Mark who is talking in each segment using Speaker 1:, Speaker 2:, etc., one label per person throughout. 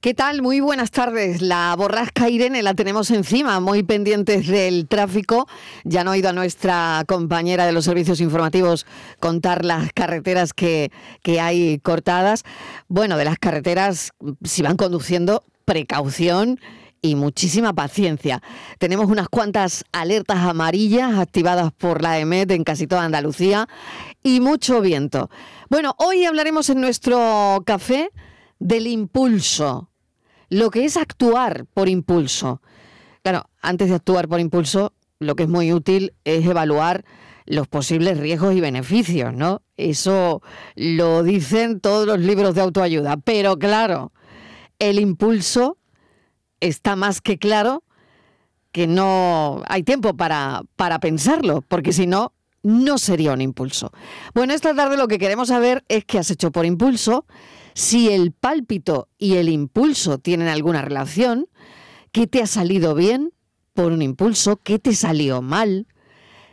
Speaker 1: ¿Qué tal? Muy buenas tardes. La borrasca Irene la tenemos encima, muy pendientes del tráfico. Ya no ha ido a nuestra compañera de los servicios informativos contar las carreteras que, que hay cortadas. Bueno, de las carreteras, si van conduciendo, precaución y muchísima paciencia. Tenemos unas cuantas alertas amarillas activadas por la E EMET en casi toda Andalucía y mucho viento. Bueno, hoy hablaremos en nuestro café del impulso, lo que es actuar por impulso. Claro, antes de actuar por impulso, lo que es muy útil es evaluar los posibles riesgos y beneficios, ¿no? Eso lo dicen todos los libros de autoayuda, pero claro, el impulso está más que claro que no hay tiempo para, para pensarlo, porque si no, no sería un impulso. Bueno, esta tarde lo que queremos saber es qué has hecho por impulso, si el pálpito y el impulso tienen alguna relación, qué te ha salido bien por un impulso, qué te salió mal,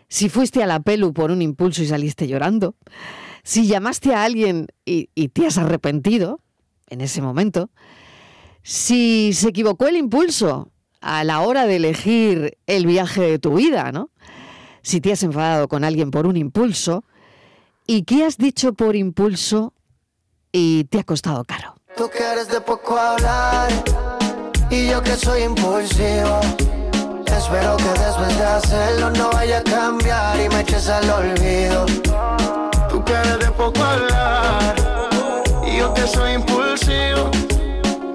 Speaker 1: si fuiste a la pelu por un impulso y saliste llorando, si llamaste a alguien y, y te has arrepentido en ese momento, si se equivocó el impulso a la hora de elegir el viaje de tu vida, ¿no? Si te has enfadado con alguien por un impulso y qué has dicho por impulso y te ha costado caro.
Speaker 2: Tú que eres de poco hablar y yo que soy impulsivo. Espero que después de hacerlo no vaya a cambiar y me eches al olvido.
Speaker 3: Tú que eres de poco hablar y yo que soy impulsivo.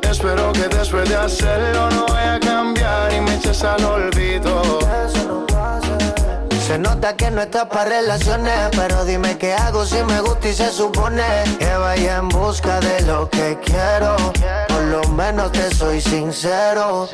Speaker 3: Espero que después de hacerlo no vaya a cambiar y me eches al olvido.
Speaker 2: Eso no pasa. Se nota que no estás para relaciones, pero dime qué hago si me gusta y se supone que vaya en busca de lo que quiero. Por lo menos te soy sincero.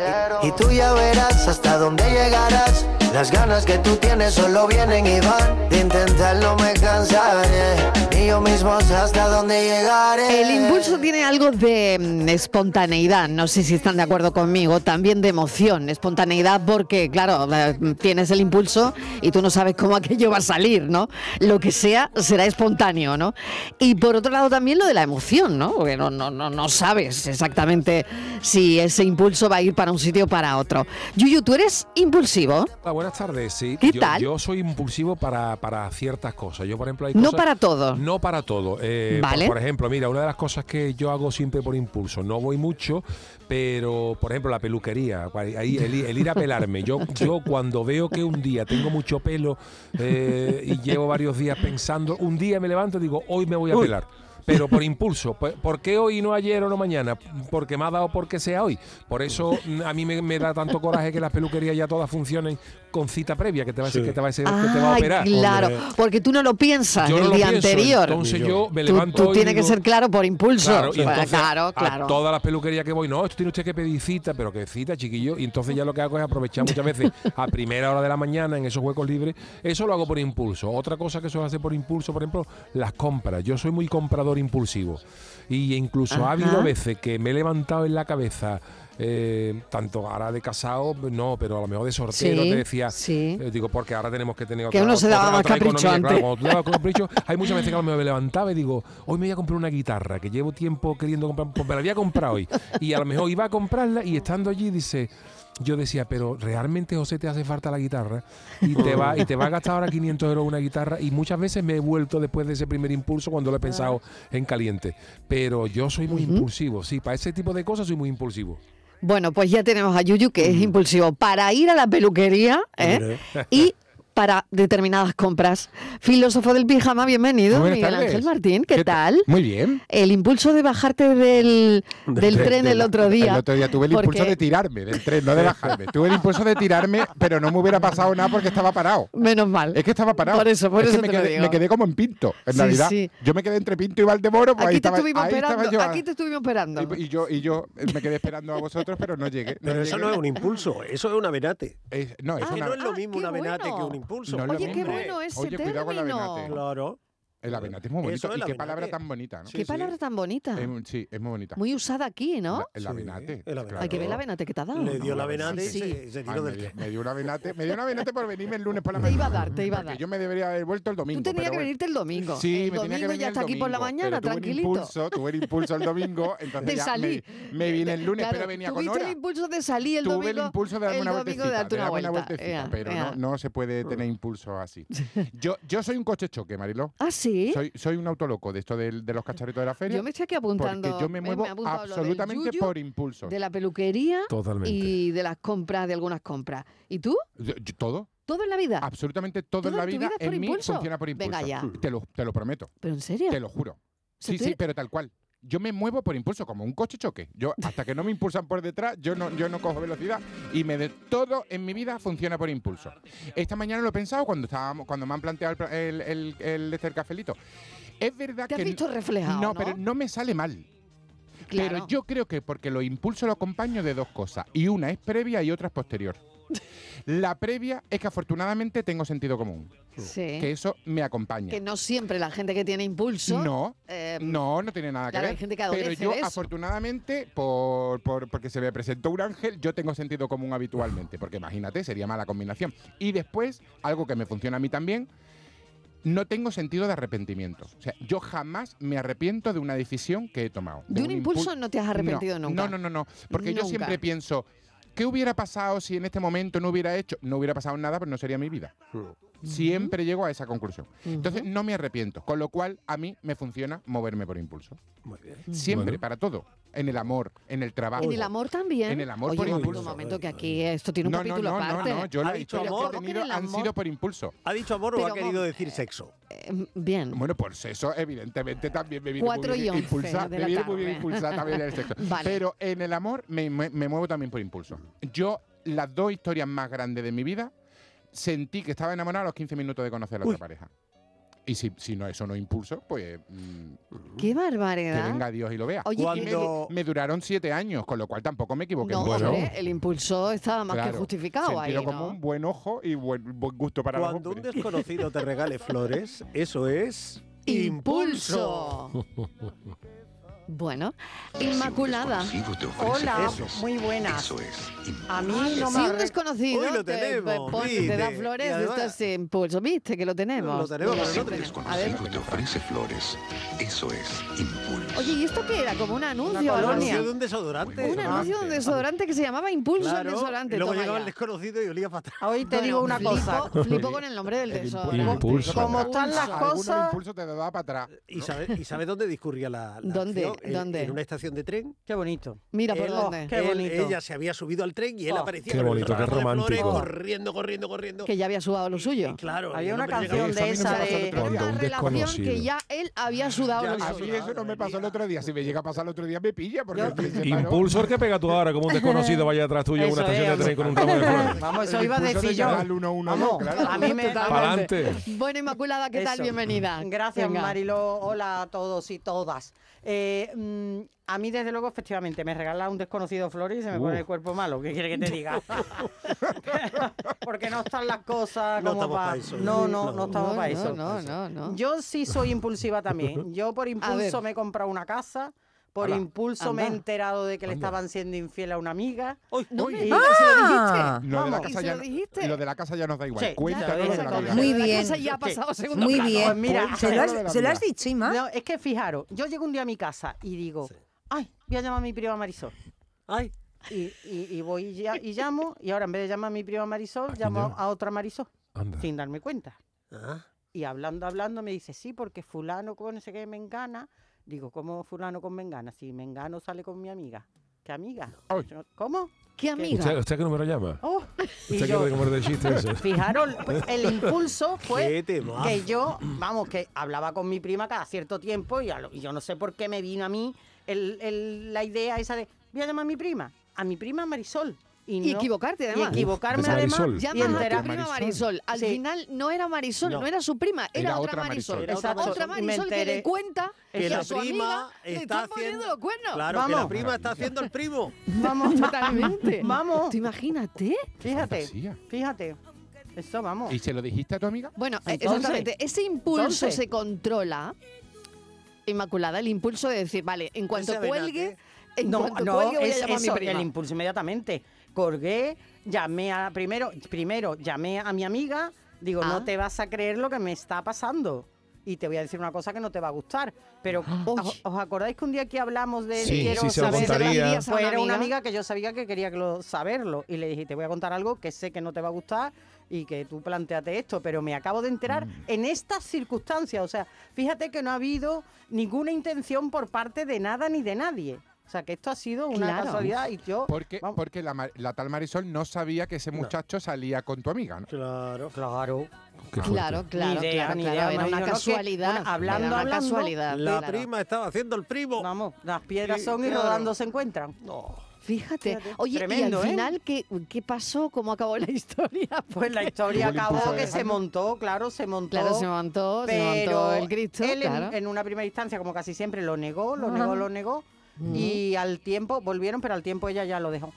Speaker 2: Y, y tú ya verás hasta dónde llegarás. Las ganas que tú tienes solo vienen y van. De intentarlo me cansaré. Y yo mismo sé hasta dónde llegaré.
Speaker 1: El impulso tiene algo de mm, espontaneidad, no sé si están de acuerdo conmigo, también de emoción, espontaneidad porque, claro, eh, tienes el impulso y tú no sabes cómo aquello va a salir, ¿no? Lo que sea será espontáneo, ¿no? Y por otro lado también lo de la emoción, ¿no? Porque no, no, no, no sabes exactamente si ese impulso va a ir para un sitio o para otro. Yuyu, ¿tú eres impulsivo?
Speaker 4: Hola, Ah, buenas tardes. Sí,
Speaker 1: ¿Qué
Speaker 4: yo,
Speaker 1: tal?
Speaker 4: yo soy impulsivo para, para ciertas cosas. Yo, por ejemplo, hay
Speaker 1: No
Speaker 4: cosas-
Speaker 1: para todo.
Speaker 4: No para todo. Eh, por-
Speaker 1: Vale.
Speaker 4: Por, ejemplo, mira, una de las cosas que yo hago siempre por impulso, no voy mucho, pero, por ejemplo, la peluquería, cua- ahí el, i- el ir a pelarme. Yo, yo cuando veo que un día tengo mucho pelo eh, y llevo varios días pensando, un día me levanto y digo, hoy me voy a
Speaker 5: Uy.
Speaker 4: pelar. Pero por impulso. Pe- ¿Por qué hoy, no ayer o no mañana? Porque me ha dado porque sea hoy. Por eso mm, a mí me, me da tanto coraje que las peluquerías ya todas funcionen con cita previa, que te va a decir
Speaker 5: Sí.
Speaker 4: que te va a, decir que te va a
Speaker 1: Ay,
Speaker 4: operar.
Speaker 1: claro,
Speaker 5: Hombre.
Speaker 1: porque tú no lo piensas
Speaker 4: Yo no
Speaker 1: el
Speaker 4: lo
Speaker 1: día
Speaker 4: pienso,
Speaker 1: anterior.
Speaker 4: Entonces
Speaker 5: Ni yo.
Speaker 4: yo me
Speaker 1: tú,
Speaker 4: levanto.
Speaker 1: tú
Speaker 4: y
Speaker 1: tienes que
Speaker 4: digo-
Speaker 1: ser claro por impulso.
Speaker 4: Claro, y
Speaker 1: Bueno,
Speaker 4: entonces
Speaker 1: claro,
Speaker 4: a
Speaker 1: claro.
Speaker 4: todas las peluquerías que voy, no, esto tiene usted que pedir cita, pero que cita, chiquillo. Y entonces ya lo que hago es aprovechar muchas veces a primera hora de la mañana en esos huecos libres. Eso lo hago por impulso. Otra cosa que suelo hacer por impulso, por ejemplo, las compras. Yo soy muy comprador impulsivo. Y incluso ha habido
Speaker 1: Ajá.
Speaker 4: veces que me he levantado en la cabeza. eh, tanto ahora de casado, no, pero a lo mejor de sortero
Speaker 1: Sí,
Speaker 4: te decía,
Speaker 1: sí.
Speaker 4: eh, digo, porque ahora tenemos que tener
Speaker 1: Que uno se daba más capricho
Speaker 4: economía, claro,
Speaker 1: antes.
Speaker 4: cuando tú dabas con capricho, hay muchas veces que me levantaba y digo, hoy me voy a comprar una guitarra, que llevo tiempo queriendo comprar, pues me la voy a comprar hoy. Y a lo mejor iba a comprarla y estando allí dice, yo decía, pero realmente José te hace falta la guitarra y te va, y te va a gastar ahora 500 euros una guitarra. Y muchas veces me he vuelto después de ese primer impulso cuando lo he pensado
Speaker 1: Ah.
Speaker 4: en caliente. Pero yo soy muy impulsivo, sí, para ese tipo de cosas soy muy impulsivo.
Speaker 1: Bueno, pues ya tenemos a Yuyu, que es
Speaker 4: Mm.
Speaker 1: impulsivo para ir a la peluquería ¿eh? y para determinadas compras. Filósofo del pijama, bienvenido,
Speaker 6: Muy buenas
Speaker 1: Miguel
Speaker 6: tardes.
Speaker 1: Ángel Martín, ¿qué, tal?
Speaker 6: Muy bien.
Speaker 1: El impulso de bajarte del, del
Speaker 6: De-
Speaker 1: tren
Speaker 6: de-
Speaker 1: el otro día.
Speaker 6: El otro día tuve el
Speaker 1: porque-
Speaker 6: impulso de tirarme del tren, no de bajarme. tuve el impulso de tirarme, pero no me hubiera pasado nada porque estaba parado.
Speaker 1: Menos mal.
Speaker 6: Es que estaba parado.
Speaker 1: Por eso, por
Speaker 6: Es que
Speaker 1: eso
Speaker 6: me,
Speaker 1: te lo
Speaker 6: quedé,
Speaker 1: digo.
Speaker 6: me quedé como en pinto, en
Speaker 1: Sí,
Speaker 6: realidad.
Speaker 1: sí.
Speaker 6: Yo me quedé entre pinto y Valdemoro, pues ahí
Speaker 1: Aquí te
Speaker 6: estaba,
Speaker 1: estuvimos
Speaker 6: ahí estaba
Speaker 1: esperando.
Speaker 6: yo.
Speaker 1: Aquí te estuvimos esperando.
Speaker 6: Y, y yo, y yo eh, me quedé esperando a vosotros, pero no llegué.
Speaker 5: Pero eso
Speaker 6: llegué.
Speaker 5: no es un impulso, eso es un avenate.
Speaker 6: Es- no, es
Speaker 1: Ah,
Speaker 5: Que
Speaker 6: una-
Speaker 5: no es lo
Speaker 1: Ah,
Speaker 5: mismo
Speaker 1: qué
Speaker 5: un avenate
Speaker 1: bueno.
Speaker 5: que un impulso.
Speaker 6: No es lo
Speaker 1: Oye, qué
Speaker 6: mismo.
Speaker 1: bueno ese
Speaker 6: Oye, cuidado con la
Speaker 1: término.
Speaker 6: venate.
Speaker 5: Claro.
Speaker 6: El avenate es muy bonito.
Speaker 5: Eso del
Speaker 6: y qué
Speaker 5: avenate.
Speaker 6: palabra tan bonita, ¿no?
Speaker 5: Sí,
Speaker 1: Qué palabra tan bonita.
Speaker 6: Es mu- sí, es muy bonita.
Speaker 1: Muy usada aquí, ¿no?
Speaker 6: La- El
Speaker 5: Sí,
Speaker 6: avenate.
Speaker 5: el avenate.
Speaker 1: Hay que ver la
Speaker 6: claro. Ah,
Speaker 1: venate que te ha dado.
Speaker 5: Le
Speaker 1: ¿no?
Speaker 5: dio la
Speaker 1: Sí,
Speaker 5: venate y
Speaker 1: sí.
Speaker 5: se, se
Speaker 6: Ay,
Speaker 5: tiró
Speaker 6: me,
Speaker 5: del
Speaker 6: dio,
Speaker 5: tren.
Speaker 6: me dio una venate, me dio una venate por venirme el lunes por la
Speaker 1: Te
Speaker 6: mañana.
Speaker 1: iba a dar, te iba a
Speaker 6: Porque
Speaker 1: dar.
Speaker 6: Yo me debería haber vuelto el domingo.
Speaker 1: Tú tenías
Speaker 6: pero
Speaker 1: que
Speaker 6: bueno.
Speaker 1: venirte el domingo.
Speaker 6: Sí,
Speaker 1: el
Speaker 6: me tenía que
Speaker 1: domingo
Speaker 6: venir
Speaker 1: ya
Speaker 6: el
Speaker 1: está aquí por la
Speaker 6: domingo,
Speaker 1: mañana,
Speaker 6: pero tuve el
Speaker 1: tranquilito.
Speaker 6: Impulso, tuve el impulso el domingo, entonces
Speaker 1: Te
Speaker 6: ya
Speaker 1: salí.
Speaker 6: me, me vine el lunes,
Speaker 1: Claro,
Speaker 6: pero venía con
Speaker 1: tuviste
Speaker 6: hora.
Speaker 1: el impulso de salir el
Speaker 6: tuve
Speaker 1: domingo.
Speaker 6: el impulso de darme
Speaker 1: el
Speaker 6: una
Speaker 1: domingo
Speaker 6: vueltecita,
Speaker 1: de darte
Speaker 6: de
Speaker 1: una
Speaker 6: darme
Speaker 1: vuelta.
Speaker 6: una vueltecita,
Speaker 1: Ea,
Speaker 6: pero
Speaker 1: ea.
Speaker 6: no, no se puede tener impulso así. Yo, yo soy un coche choque, Mariló.
Speaker 1: ¿Ah, sí?
Speaker 6: Soy, soy un autoloco de esto del- de los cacharritos de la feria.
Speaker 1: Yo me estoy aquí apuntando.
Speaker 6: Porque yo me
Speaker 1: me- me
Speaker 6: muevo
Speaker 1: he apuntado lo del
Speaker 6: absolutamente
Speaker 1: yuyu,
Speaker 6: por impulso.
Speaker 1: De la peluquería
Speaker 4: Totalmente.
Speaker 1: y de las compras, de algunas compras. ¿Y tú?
Speaker 6: Yo- yo- todo,
Speaker 1: Todo en la vida.
Speaker 6: absolutamente todo,
Speaker 1: ¿Todo
Speaker 6: en la
Speaker 1: en tu
Speaker 6: vida,
Speaker 1: vida es por
Speaker 6: en mí
Speaker 1: impulso?
Speaker 6: funciona por impulso.
Speaker 1: Venga ya.
Speaker 6: Te lo, te lo prometo,
Speaker 1: ¿Pero en serio?
Speaker 6: te lo juro.
Speaker 1: sea,
Speaker 6: Sí,
Speaker 1: tú
Speaker 6: sí,
Speaker 1: eres-
Speaker 6: pero tal cual. Yo me muevo por impulso, como un coche choque. Yo, hasta que no me impulsan por detrás, yo no, yo no cojo velocidad. Y me de, todo en mi vida funciona por impulso. Esta mañana lo he pensado cuando estábamos, cuando me han planteado el, pla- el, el, el- este, el cafelito. Es verdad
Speaker 1: Te has
Speaker 6: que.
Speaker 1: visto reflejado, ¿no?
Speaker 6: pero no me sale mal.
Speaker 1: Claro.
Speaker 6: Pero yo creo que porque los impulsos lo acompaño de dos cosas. Y una es previa y otra es posterior. La previa es que afortunadamente tengo sentido común.
Speaker 1: Sí.
Speaker 6: Que eso me acompaña.
Speaker 1: Que no siempre la gente que tiene impulso.
Speaker 6: No,
Speaker 1: eh,
Speaker 6: no, no tiene nada
Speaker 1: claro,
Speaker 6: que ver.
Speaker 1: hay gente que
Speaker 6: pero
Speaker 1: adolece
Speaker 6: yo,
Speaker 1: de eso.
Speaker 6: afortunadamente, por, por- porque se me presentó un ángel, yo tengo sentido común habitualmente. Porque imagínate, sería mala combinación. Y después, algo que me funciona a mí también, no tengo sentido de arrepentimiento. O sea, yo jamás me arrepiento de una decisión que he tomado.
Speaker 1: De un impulso
Speaker 6: impul-
Speaker 1: no te has arrepentido
Speaker 6: No,
Speaker 1: nunca.
Speaker 6: No, no, no, no. Porque
Speaker 1: Nunca.
Speaker 6: yo siempre pienso, ¿qué hubiera pasado si en este momento no hubiera hecho? No hubiera pasado nada, pero no sería mi vida.
Speaker 1: Mm.
Speaker 6: Siempre llego a esa conclusión. Entonces no me arrepiento, con lo cual a mí me funciona moverme por impulso.
Speaker 5: Muy bien.
Speaker 6: Siempre,
Speaker 4: Bueno.
Speaker 6: para todo. En el amor, en el trabajo.
Speaker 1: En el amor también.
Speaker 6: En el amor
Speaker 1: Oye,
Speaker 6: por
Speaker 1: un momento,
Speaker 6: impulso.
Speaker 1: Un momento que aquí esto tiene un
Speaker 6: No, no,
Speaker 1: capítulo
Speaker 6: no, no,
Speaker 1: aparte.
Speaker 6: no, yo
Speaker 5: ¿Ha
Speaker 6: la
Speaker 5: dicho
Speaker 6: historia que
Speaker 5: amor?
Speaker 6: he tenido
Speaker 1: ¿Pero
Speaker 6: han
Speaker 1: amor?
Speaker 6: sido por impulso.
Speaker 5: ¿Ha dicho amor o
Speaker 1: Pero
Speaker 5: ha querido
Speaker 1: mo-
Speaker 5: decir sexo?
Speaker 1: Eh, bien.
Speaker 6: Bueno, por eso, evidentemente, también me viene
Speaker 1: Cuatro
Speaker 6: muy
Speaker 1: y
Speaker 6: bien
Speaker 1: once
Speaker 6: impulsada.
Speaker 1: de
Speaker 6: Me
Speaker 1: la
Speaker 6: viene muy bien
Speaker 1: tarde.
Speaker 6: impulsada también el sexo.
Speaker 1: Vale.
Speaker 6: Pero en el amor me, me- me muevo también por impulso. Yo, las dos historias más grandes de mi vida, sentí que estaba enamorado a los 15 minutos de conocer a la
Speaker 5: Uy.
Speaker 6: otra pareja. Y si, si no eso no es impulso, pues mm,
Speaker 1: Qué
Speaker 6: que
Speaker 1: barbaridad.
Speaker 6: venga Dios y lo vea.
Speaker 1: Oye, que-
Speaker 5: Cuando-
Speaker 6: Me duraron siete años, con lo cual tampoco me equivoqué.
Speaker 1: no,
Speaker 6: mucho.
Speaker 1: hombre, el impulso estaba más que
Speaker 6: Claro.
Speaker 1: justificado ahí.
Speaker 6: Sentido
Speaker 1: ¿no?
Speaker 6: como un buen ojo y buen, buen gusto para los
Speaker 5: Cuando un
Speaker 6: hombres.
Speaker 5: desconocido te regale flores, eso es
Speaker 1: Impulso. bueno, Inmaculada. Hola,
Speaker 5: Eso.
Speaker 7: muy buenas. A mí no
Speaker 1: Si
Speaker 7: me
Speaker 1: un
Speaker 7: arre-
Speaker 1: desconocido
Speaker 5: Hoy lo
Speaker 1: te-
Speaker 5: tenemos,
Speaker 1: te, pone- te
Speaker 5: viste.
Speaker 1: da
Speaker 5: Y
Speaker 1: flores,
Speaker 5: además-
Speaker 1: estás en impulso. ¿Viste que lo tenemos?
Speaker 5: Lo tenemos, pero no
Speaker 1: A ver.
Speaker 8: Desconocido te ofrece flores. Eso es impulso.
Speaker 1: Oye, ¿y esto qué era? Como un anuncio,
Speaker 5: Un
Speaker 1: Adonia.
Speaker 5: anuncio de un desodorante.
Speaker 1: Un anuncio de un desodorante que se llamaba Impulso el
Speaker 5: Claro,
Speaker 1: desodorante.
Speaker 5: y luego
Speaker 1: toma
Speaker 5: llegaba
Speaker 1: ya.
Speaker 5: el desconocido y olía fatal.
Speaker 7: Hoy te
Speaker 1: Bueno,
Speaker 7: digo una
Speaker 1: flipo-
Speaker 7: cosa.
Speaker 1: Flipo con el nombre del desodorante.
Speaker 4: Impulso.
Speaker 7: Como están las
Speaker 6: Alguno el
Speaker 7: cosas.
Speaker 6: impulso te da para atrás.
Speaker 5: ¿Y sabes y sabe dónde discurría la, la
Speaker 1: ¿Dónde?
Speaker 5: acción? En-
Speaker 1: ¿Dónde?
Speaker 5: En una estación de tren. Eh,
Speaker 7: Qué bonito.
Speaker 1: Mira por
Speaker 5: Él-
Speaker 1: dónde.
Speaker 7: Qué
Speaker 5: él-
Speaker 7: bonito.
Speaker 5: ella se había subido al tren y él
Speaker 7: Oh.
Speaker 5: aparecía
Speaker 4: Qué
Speaker 5: con el
Speaker 4: bonito, qué
Speaker 5: ramo de flores,
Speaker 4: romántico.
Speaker 5: corriendo, corriendo, corriendo.
Speaker 1: Que ya había sudado lo suyo.
Speaker 5: Y claro,
Speaker 7: Había
Speaker 5: el
Speaker 7: una
Speaker 5: hombre llegaba-
Speaker 6: Eso
Speaker 7: canción
Speaker 6: a
Speaker 7: de
Speaker 6: mí no me
Speaker 7: esa
Speaker 6: pasa el
Speaker 7: de.
Speaker 6: otro
Speaker 1: Era
Speaker 6: día.
Speaker 1: una
Speaker 4: un
Speaker 1: relación
Speaker 4: desconocido.
Speaker 1: que ya él había sudado
Speaker 5: Ya,
Speaker 1: lo
Speaker 6: A
Speaker 1: suyo.
Speaker 6: mí eso no me pasó el otro día. Si me llega a pasar el otro día, me pilla. Porque
Speaker 7: Yo-
Speaker 6: me separo.
Speaker 4: Impulsor que pega tú ahora, como un desconocido vaya atrás tuyo en una
Speaker 7: Eso es,
Speaker 4: estación de tren con un
Speaker 7: hombre.
Speaker 4: ramo de flores.
Speaker 7: Vamos, eso
Speaker 6: El
Speaker 7: iba a
Speaker 6: impulso de
Speaker 7: decir yo.
Speaker 6: llamar al 112,
Speaker 7: Vamos,
Speaker 6: claro.
Speaker 7: a mí me
Speaker 4: Para adelante.
Speaker 1: Bueno, Inmaculada, ¿qué tal?
Speaker 7: Eso.
Speaker 1: Bienvenida.
Speaker 7: Gracias,
Speaker 1: Venga.
Speaker 7: Mariló. Hola a todos y todas. Eh, mm, a mí, desde luego, efectivamente, me regala un desconocido flor y se me
Speaker 4: Uh.
Speaker 7: pone el cuerpo malo. ¿Qué quiere que te diga? Porque no están las cosas
Speaker 5: No
Speaker 7: como
Speaker 5: estamos
Speaker 7: pa-
Speaker 5: pa'
Speaker 6: ¿eh?
Speaker 5: eso.
Speaker 7: No, no, no,
Speaker 5: No,
Speaker 7: estamos
Speaker 1: no,
Speaker 7: para
Speaker 1: no,
Speaker 7: eso.
Speaker 1: no, no, no.
Speaker 7: Yo sí soy impulsiva también. Yo por impulso
Speaker 1: ver.
Speaker 7: me he comprado una casa. Por
Speaker 6: Ala.
Speaker 7: impulso me he
Speaker 1: Anda.
Speaker 7: enterado de que le estaban siendo infiel a una amiga.
Speaker 5: Uy,
Speaker 1: No
Speaker 6: Uy.
Speaker 1: me
Speaker 7: Ah.
Speaker 1: digas, ¿se lo dijiste?
Speaker 6: Lo de, la
Speaker 1: Vamos. ¿Y
Speaker 6: casa
Speaker 1: se
Speaker 6: ya
Speaker 1: lo
Speaker 6: no-
Speaker 1: dijiste?
Speaker 6: lo de la casa ya nos da igual.
Speaker 7: Sí,
Speaker 6: Cuéntanos
Speaker 7: ya,
Speaker 6: lo de la
Speaker 7: exacto.
Speaker 6: casa.
Speaker 9: Muy
Speaker 1: La
Speaker 9: bien.
Speaker 1: cosa ya ha pasado a segundo
Speaker 9: Muy
Speaker 1: plano.
Speaker 9: bien.
Speaker 7: Pues mira,
Speaker 9: se, lo has,
Speaker 6: Cuéntalo de la
Speaker 9: se lo has
Speaker 6: vida.
Speaker 9: dicho, Ima.
Speaker 7: No, es que fijaros, yo llego un día a mi casa y digo, ay, voy a llamar a mi prima Marisol.
Speaker 5: ay,
Speaker 7: Y, y- y voy y, ll- y llamo, y ahora en vez de llamar a mi prima Marisol,
Speaker 4: quién
Speaker 7: llamo a,
Speaker 4: llama?
Speaker 7: a otra Marisol,
Speaker 4: Anda.
Speaker 7: sin darme cuenta.
Speaker 5: ah,
Speaker 7: Y hablando, hablando, me dice, sí, porque fulano con ese que me engana. Digo, ¿cómo fulano con mengana? Si me engano sale con mi amiga. ¿Qué amiga?
Speaker 6: Ay.
Speaker 7: Yo, ¿Cómo?
Speaker 1: ¿Qué
Speaker 4: ¿Usted,
Speaker 1: amiga?
Speaker 4: ¿Usted qué número llama?
Speaker 7: Oh. Y
Speaker 4: ¿Usted qué
Speaker 7: yo,
Speaker 4: número de chiste es ese?
Speaker 7: Fijaros, pues, el impulso fue
Speaker 5: Qué temazo.
Speaker 7: que yo, vamos, que hablaba con mi prima cada cierto tiempo y, a lo- y yo no sé por qué me vino a mí el- el- la idea esa de, voy a llamar a mi prima, a mi prima Marisol. Y,
Speaker 1: Y
Speaker 7: no-
Speaker 1: equivocarte,
Speaker 7: y
Speaker 1: además.
Speaker 7: equivocarme
Speaker 4: Es
Speaker 7: además.
Speaker 4: Marisol.
Speaker 7: y
Speaker 1: Llamas a tu
Speaker 7: enterarme-
Speaker 1: prima
Speaker 6: Marisol.
Speaker 1: Marisol. Al
Speaker 7: Sí.
Speaker 1: final no era Marisol, no,
Speaker 5: No.
Speaker 1: era su prima, era,
Speaker 6: Era
Speaker 1: otra
Speaker 6: otra
Speaker 1: Marisol.
Speaker 6: Marisol.
Speaker 7: Era otra Marisol.
Speaker 1: Otra
Speaker 7: Y me
Speaker 1: Marisol que le
Speaker 7: enteré
Speaker 1: cuenta
Speaker 7: que
Speaker 1: que
Speaker 7: la
Speaker 1: a su amiga le están poniendo los cuernos.
Speaker 5: Claro, que
Speaker 7: Vamos.
Speaker 5: la prima está haciendo el primo.
Speaker 7: Vamos,
Speaker 1: Totalmente.
Speaker 7: Vamos.
Speaker 1: Tú imagínate.
Speaker 7: fíjate,
Speaker 6: fantasía.
Speaker 7: fíjate. Eso vamos.
Speaker 6: ¿Y se lo dijiste a tu amiga?
Speaker 1: Bueno, eh,
Speaker 7: Entonces,
Speaker 1: exactamente. Ese impulso
Speaker 7: entonces.
Speaker 1: se controla, Inmaculada, el impulso de decir, vale, en cuanto
Speaker 5: Ese
Speaker 1: cuelgue,
Speaker 5: venate.
Speaker 1: en
Speaker 7: No,
Speaker 1: cuanto
Speaker 7: no,
Speaker 1: cuelgue voy a
Speaker 7: es
Speaker 1: llamar
Speaker 7: eso,
Speaker 1: a mi prima.
Speaker 7: el impulso inmediatamente. Colgué, llamé a primero, primero llamé a mi amiga, digo,
Speaker 1: Ah.
Speaker 7: no te vas a creer lo que me está pasando. Y te voy a decir una cosa que no te va a gustar. Pero, ¿os, os acordáis que un día aquí hablamos de
Speaker 9: Sí,
Speaker 7: quiero
Speaker 9: sí, se lo
Speaker 7: saber?
Speaker 9: contaría.
Speaker 1: dirías a
Speaker 7: Pues
Speaker 1: una
Speaker 7: era una
Speaker 1: amiga?
Speaker 7: amiga que yo sabía que quería que lo- saberlo. Y le dije, te voy a contar algo que sé que no te va a gustar y que tú planteate esto. Pero me acabo de enterar
Speaker 5: Mm.
Speaker 7: en estas circunstancias. O sea, fíjate que no ha habido ninguna intención por parte de nada ni de nadie. O sea, que esto ha sido una
Speaker 1: Claro.
Speaker 7: casualidad y yo...
Speaker 6: Porque,
Speaker 7: vamos,
Speaker 6: porque la, ma- la tal Marisol no sabía que ese muchacho salía con tu amiga, ¿no?
Speaker 5: Claro.
Speaker 7: Claro.
Speaker 4: Qué fuerte.
Speaker 1: Claro, claro,
Speaker 7: Ni idea,
Speaker 1: claro,
Speaker 7: ni
Speaker 1: claro.
Speaker 7: idea,
Speaker 1: Era
Speaker 7: me
Speaker 1: una
Speaker 7: dijo, no, que-
Speaker 1: casualidad.
Speaker 7: bueno, hablando,
Speaker 1: era una
Speaker 7: hablando,
Speaker 1: casualidad.
Speaker 5: La
Speaker 1: claro.
Speaker 5: prima estaba haciendo el primo.
Speaker 7: Vamos, las piedras
Speaker 5: Sí,
Speaker 7: son y
Speaker 5: claro.
Speaker 7: rodando se encuentran.
Speaker 1: Fíjate.
Speaker 7: Fíjate,
Speaker 1: Oye,
Speaker 7: tremendo,
Speaker 1: y al
Speaker 7: ¿eh?
Speaker 1: final, ¿qué, ¿qué pasó? ¿Cómo acabó la historia?
Speaker 7: Pues la historia
Speaker 6: Tuvo el
Speaker 7: acabó
Speaker 6: impulso
Speaker 7: que
Speaker 6: de-
Speaker 7: se montó, claro, se montó.
Speaker 1: Claro, se montó, se
Speaker 7: pero
Speaker 1: montó el Cristo,
Speaker 7: él en-
Speaker 1: claro.
Speaker 7: en, una primera instancia, como casi siempre, lo negó, lo
Speaker 1: Ajá.
Speaker 7: negó, lo negó. Y al tiempo, volvieron, pero al tiempo ella ya lo dejó.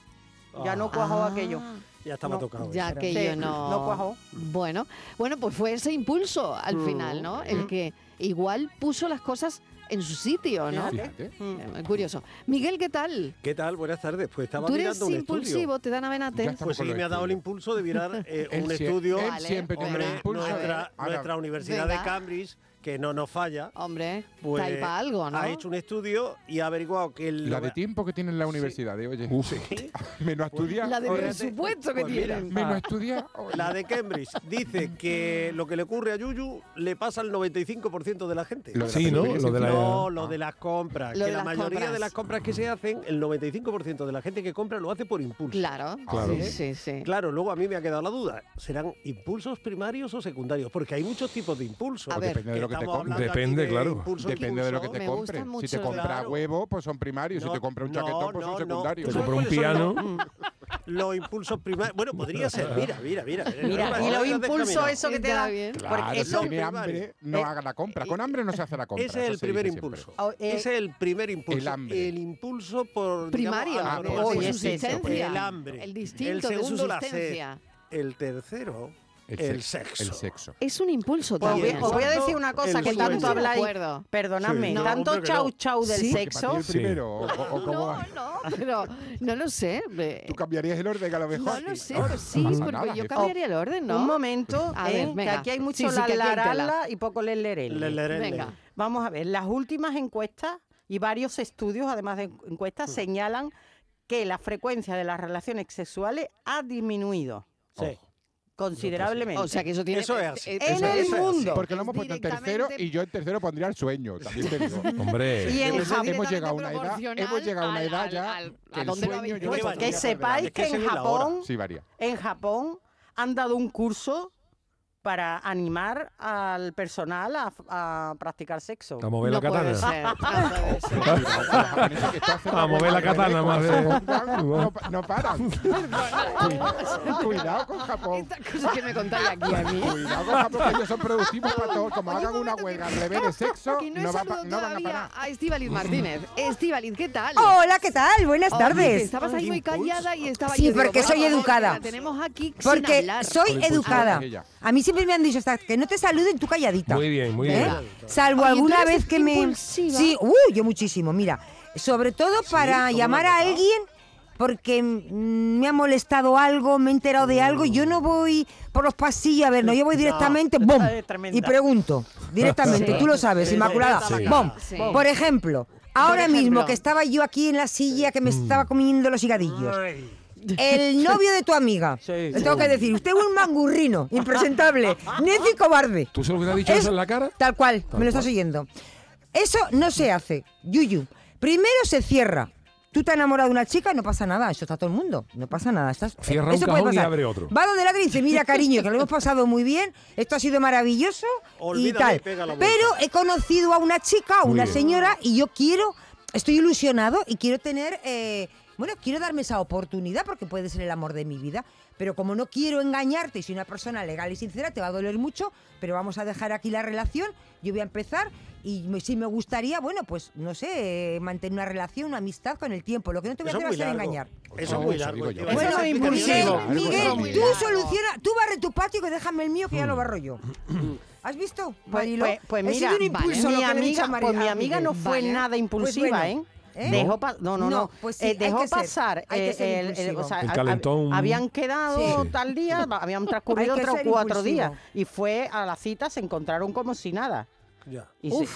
Speaker 7: Ya no cuajó
Speaker 1: Ah.
Speaker 7: aquello.
Speaker 5: Ya estaba
Speaker 7: No.
Speaker 5: tocado.
Speaker 1: Ya
Speaker 5: eso.
Speaker 1: que
Speaker 7: Sí,
Speaker 1: yo no.
Speaker 7: no cuajó.
Speaker 1: Bueno, bueno, pues fue ese impulso al
Speaker 7: Mm.
Speaker 1: final, ¿no? El que igual puso las cosas en su sitio, ¿no?
Speaker 7: Fíjate.
Speaker 6: Fíjate.
Speaker 7: Mm.
Speaker 1: Eh, Curioso. Miguel, ¿qué tal?
Speaker 5: ¿Qué tal? Buenas tardes. Pues estaba
Speaker 1: Tú eres
Speaker 5: mirando un
Speaker 1: impulsivo,
Speaker 5: estudio.
Speaker 1: te dan
Speaker 6: Ya
Speaker 1: avenate.
Speaker 6: está.
Speaker 5: Pues sí,
Speaker 6: Con los
Speaker 5: me ha dado el
Speaker 6: estudios.
Speaker 5: impulso de mirar eh,
Speaker 6: Él
Speaker 5: un
Speaker 6: sie-
Speaker 5: estudio.
Speaker 6: él
Speaker 1: Vale,
Speaker 6: siempre tiene
Speaker 5: Hombre,
Speaker 6: un impulso.
Speaker 5: nuestra,
Speaker 6: Ahora,
Speaker 5: nuestra Universidad
Speaker 1: Venga.
Speaker 5: de Cambridge, que no nos falla,
Speaker 1: Hombre,
Speaker 5: pues
Speaker 1: está ahí para algo, ¿no?
Speaker 5: ha hecho un estudio y ha averiguado que el...
Speaker 6: la de tiempo que tiene en la universidad, ¿eh? oye. Menos estudiar.
Speaker 1: La de
Speaker 6: Pues, oye,
Speaker 5: Fíjate,
Speaker 1: presupuesto que Ah.
Speaker 5: pues mira,
Speaker 1: tienen.
Speaker 6: Menos estudiar. oye.
Speaker 5: La de Cambridge dice que lo que le ocurre a Yuyu le pasa al 95% de la gente.
Speaker 6: Lo de
Speaker 4: Sí, ¿no?
Speaker 6: película
Speaker 4: Lo de la-
Speaker 5: No, lo
Speaker 6: Ah.
Speaker 5: de las compras.
Speaker 1: Lo
Speaker 5: que
Speaker 1: de las
Speaker 5: la mayoría
Speaker 1: compras.
Speaker 5: de las compras que se hacen, el 95% de la gente que compra lo hace por impulso.
Speaker 6: Ah,
Speaker 1: Claro,
Speaker 4: Claro.
Speaker 1: sí, sí, sí.
Speaker 5: Claro, luego a mí me ha quedado la duda. ¿Serán impulsos primarios o secundarios? Porque hay muchos tipos de impulsos.
Speaker 1: A ver.
Speaker 6: Depende de lo que te
Speaker 5: estamos
Speaker 6: compres.
Speaker 5: hablando aquí
Speaker 4: Depende,
Speaker 5: de
Speaker 4: claro.
Speaker 5: impulso,
Speaker 6: Depende de lo que
Speaker 5: impulso.
Speaker 6: te
Speaker 1: Me gusta
Speaker 6: compres. Si te
Speaker 1: mucho.
Speaker 6: compra
Speaker 5: Claro.
Speaker 6: huevo, pues son primarios.
Speaker 5: No,
Speaker 6: si te compra un
Speaker 5: no,
Speaker 6: chaquetón, pues
Speaker 5: no,
Speaker 6: son
Speaker 5: no.
Speaker 6: secundarios.
Speaker 4: Te
Speaker 5: ¿Tú sabes
Speaker 4: compra un
Speaker 5: cuáles son los-
Speaker 4: piano.
Speaker 5: Los impulsos primarios. Bueno, podría ser. Mira, mira, mira.
Speaker 6: eh,
Speaker 7: Mira, y los impulsos, eso que te
Speaker 1: Está
Speaker 7: da.
Speaker 1: bien.
Speaker 6: Claro,
Speaker 7: Porque eso,
Speaker 6: si tiene
Speaker 5: primario.
Speaker 6: hambre, no
Speaker 7: Eh,
Speaker 6: haga la compra. Con hambre no se hace la compra.
Speaker 5: Ese es el
Speaker 6: eso se
Speaker 5: primer
Speaker 6: dice siempre.
Speaker 5: impulso.
Speaker 7: Oh, eh,
Speaker 5: Ese es el primer impulso.
Speaker 6: El hambre. Ah,
Speaker 5: El impulso por. digamos,
Speaker 1: Primario,
Speaker 5: a lo
Speaker 1: de
Speaker 5: mejor,
Speaker 7: Oye,
Speaker 1: la
Speaker 5: el
Speaker 7: ese es eso,
Speaker 1: subsistencia.
Speaker 5: El hambre.
Speaker 1: El distinto de
Speaker 5: segundo, la sed.
Speaker 1: subsistencia.
Speaker 5: El tercero, el, sexo.
Speaker 6: El sexo.
Speaker 1: Es un impulso
Speaker 5: Pues
Speaker 7: os voy,
Speaker 1: también.
Speaker 5: bien.
Speaker 7: os voy a decir una
Speaker 5: El
Speaker 7: cosa que
Speaker 5: sueño.
Speaker 7: tanto
Speaker 5: Estoy de
Speaker 7: habláis.
Speaker 1: acuerdo.
Speaker 7: Perdonadme,
Speaker 5: Sí. No,
Speaker 7: tanto
Speaker 5: hombre, que
Speaker 7: chau
Speaker 5: no.
Speaker 7: chau del
Speaker 1: Sí.
Speaker 6: Porque para ti
Speaker 7: sexo.
Speaker 6: el primero. o- o- o cómo
Speaker 1: No,
Speaker 6: va.
Speaker 1: no, pero no lo sé. eh,
Speaker 6: Tú cambiarías el orden a lo mejor.
Speaker 1: No lo sé, pues sí,
Speaker 6: pasa
Speaker 1: porque
Speaker 6: nada,
Speaker 1: yo
Speaker 6: jefe.
Speaker 1: cambiaría el orden, ¿no?
Speaker 7: Un momento,
Speaker 1: A
Speaker 7: eh,
Speaker 1: ver,
Speaker 7: que
Speaker 1: venga.
Speaker 7: aquí hay
Speaker 1: Sí,
Speaker 7: mucho
Speaker 1: sí,
Speaker 7: la
Speaker 1: que aquí hay
Speaker 7: la, la,
Speaker 1: tela.
Speaker 7: la y poco le, le, le, le.
Speaker 5: Le, le, le, le.
Speaker 1: Venga.
Speaker 7: Vamos a ver, las últimas encuestas y varios estudios, además de encuestas,
Speaker 5: Hmm.
Speaker 7: señalan que la frecuencia de las relaciones sexuales ha disminuido
Speaker 5: Sí.
Speaker 7: considerablemente.
Speaker 1: O sea que eso tiene.
Speaker 5: Eso es así.
Speaker 1: eh,
Speaker 7: En
Speaker 1: eso
Speaker 7: el
Speaker 1: es así.
Speaker 7: mundo.
Speaker 6: Porque lo hemos puesto en tercero
Speaker 1: directamente-
Speaker 6: y yo en tercero pondría el sueño. También te digo.
Speaker 4: Hombre.
Speaker 7: y en
Speaker 1: Eso es
Speaker 7: Japón,
Speaker 6: hemos llegado a una edad-
Speaker 1: proporcional
Speaker 6: hemos llegado a una
Speaker 1: al-
Speaker 6: edad
Speaker 1: al-
Speaker 6: ya
Speaker 1: al-
Speaker 6: que
Speaker 1: a
Speaker 6: el
Speaker 1: dónde lo
Speaker 6: sueño
Speaker 1: habéis
Speaker 6: yo lo
Speaker 1: puesto.
Speaker 5: llevaría.
Speaker 7: que
Speaker 5: Ya,
Speaker 7: sepáis que
Speaker 5: es que
Speaker 7: en
Speaker 5: según la
Speaker 7: Japón,
Speaker 6: Sí, varía.
Speaker 7: en Japón han dado un curso para animar al personal a, a practicar sexo.
Speaker 4: A mover la
Speaker 1: No puede
Speaker 4: katana.
Speaker 1: ser, no puede ser.
Speaker 4: A mover la katana más
Speaker 6: No,
Speaker 4: de.
Speaker 6: pa- no paran. Cuidado- Cuidado con Japón.
Speaker 1: Estas cosas que me contáis aquí a mí.
Speaker 6: Cuidado con Japón, que ellos son productivos para todo. Como
Speaker 1: Oye,
Speaker 6: hagan
Speaker 1: un
Speaker 6: una
Speaker 1: momento,
Speaker 6: huelga
Speaker 1: que-
Speaker 6: al revés de sexo,
Speaker 1: que no, he
Speaker 6: no, va a pa-
Speaker 1: saludado
Speaker 6: no van a
Speaker 1: todavía
Speaker 6: parar.
Speaker 1: a Estíbaliz Martínez. Estíbaliz, ¿qué tal?
Speaker 10: Hola, ¿qué tal? Buenas
Speaker 1: Oye, que
Speaker 10: tardes.
Speaker 1: Estabas ahí muy callada y estaba
Speaker 10: Sí,
Speaker 1: yo, digo,
Speaker 10: porque
Speaker 1: por
Speaker 10: soy
Speaker 1: favor,
Speaker 10: educada.
Speaker 1: que la tenemos aquí sin
Speaker 10: Porque
Speaker 1: hablar.
Speaker 10: soy
Speaker 6: Por impulso
Speaker 10: educada.
Speaker 6: de ella.
Speaker 10: A mí siempre me han dicho hasta que no te saluden tú calladita.
Speaker 4: Muy bien, muy
Speaker 10: ¿Eh?
Speaker 4: bien.
Speaker 10: Salvo
Speaker 1: Oye, ¿tú
Speaker 10: alguna
Speaker 1: eres
Speaker 10: vez que me
Speaker 1: impulsiva?
Speaker 10: Sí, uh, yo muchísimo, mira. Sobre todo para llamar a alguien porque mm, me ha molestado algo, me he enterado de algo, yo no voy por los pasillos, a ver, no, yo voy directamente,
Speaker 7: No,
Speaker 10: ¡bum!
Speaker 7: es tremenda.
Speaker 10: Y pregunto, directamente,
Speaker 1: Sí.
Speaker 10: tú lo sabes,
Speaker 5: Sí,
Speaker 10: Inmaculada,
Speaker 5: sí, sí.
Speaker 10: ¡bum!
Speaker 1: Sí.
Speaker 10: Por ejemplo, ahora
Speaker 1: ejemplo.
Speaker 10: mismo que estaba yo aquí en la silla que me estaba comiendo los higadillos,
Speaker 5: Ay.
Speaker 10: el novio de tu amiga.
Speaker 7: Sí.
Speaker 10: Le tengo que decir, usted es un mangurrino, impresentable, necio y cobarde.
Speaker 4: ¿Tú se lo hubieras dicho
Speaker 10: Es-
Speaker 4: eso en la cara?
Speaker 10: Tal cual, me lo estás oyendo. Eso no se hace, Yuyu. Primero se cierra. Tú te has enamorado de una chica, no pasa nada, eso está todo el mundo, no pasa nada. Estás,
Speaker 4: Cierra un
Speaker 10: eso puede
Speaker 4: cajón y
Speaker 10: pasar.
Speaker 4: abre otro.
Speaker 10: Va donde el otro y dice, mira cariño, que lo hemos pasado muy bien, esto ha sido maravilloso
Speaker 5: Olvídalo
Speaker 10: y tal.
Speaker 5: y pega la vuelta.
Speaker 10: Pero he conocido a una chica, a
Speaker 4: Muy
Speaker 10: una
Speaker 4: bien.
Speaker 10: señora, y yo quiero, estoy ilusionado y quiero tener eh, bueno, quiero darme esa oportunidad porque puede ser el amor de mi vida, pero como no quiero engañarte y soy una persona legal y sincera, te va a doler mucho, pero vamos a dejar aquí la relación, yo voy a empezar y me- si me gustaría, bueno, pues no sé, eh, mantener una relación, una amistad con el tiempo, lo que no te voy a
Speaker 5: Eso es
Speaker 10: hacer va a
Speaker 5: muy
Speaker 10: ser
Speaker 5: largo.
Speaker 10: engañar.
Speaker 5: Eso es muy
Speaker 6: Eso
Speaker 5: largo.
Speaker 6: digo
Speaker 5: tío.
Speaker 6: yo.
Speaker 5: Esa
Speaker 10: Bueno,
Speaker 5: gente que
Speaker 10: Miguel,
Speaker 5: viene-
Speaker 6: Miguel,
Speaker 10: Miguel,
Speaker 6: Miguel,
Speaker 10: tú
Speaker 6: Miguel.
Speaker 10: soluciona, tú barre tu patio que déjame el mío que ya lo barro yo. ¿Has visto?
Speaker 7: Mm. Pues,
Speaker 10: Marilo?
Speaker 7: pues- pues
Speaker 10: Ha sido
Speaker 7: mira,
Speaker 10: un impulso
Speaker 7: mi
Speaker 10: lo que le he dicho a
Speaker 7: amiga,
Speaker 10: Mari-
Speaker 7: pues mi
Speaker 10: a
Speaker 7: amiga no
Speaker 10: Miguel.
Speaker 7: fue
Speaker 10: Vale.
Speaker 7: nada impulsiva,
Speaker 10: Pues bueno.
Speaker 7: ¿eh?
Speaker 10: ¿Eh?
Speaker 7: Dejó pa- no,
Speaker 10: No,
Speaker 7: no, no.
Speaker 10: pues sí,
Speaker 7: Eh,
Speaker 10: hay
Speaker 7: dejó
Speaker 10: que ser,
Speaker 7: pasar
Speaker 10: hay que
Speaker 7: eh,
Speaker 10: ser
Speaker 7: el- el-
Speaker 10: impulsivo.
Speaker 7: o sea,
Speaker 4: El
Speaker 7: hab-
Speaker 4: calentón.
Speaker 7: habían quedado
Speaker 10: Sí.
Speaker 7: tal día, va- habían transcurrido
Speaker 10: Hay que
Speaker 7: otros
Speaker 10: ser
Speaker 7: cuatro
Speaker 10: impulsivo.
Speaker 7: días y fue a la cita, se encontraron como si nada.
Speaker 5: Ya.
Speaker 7: Y se-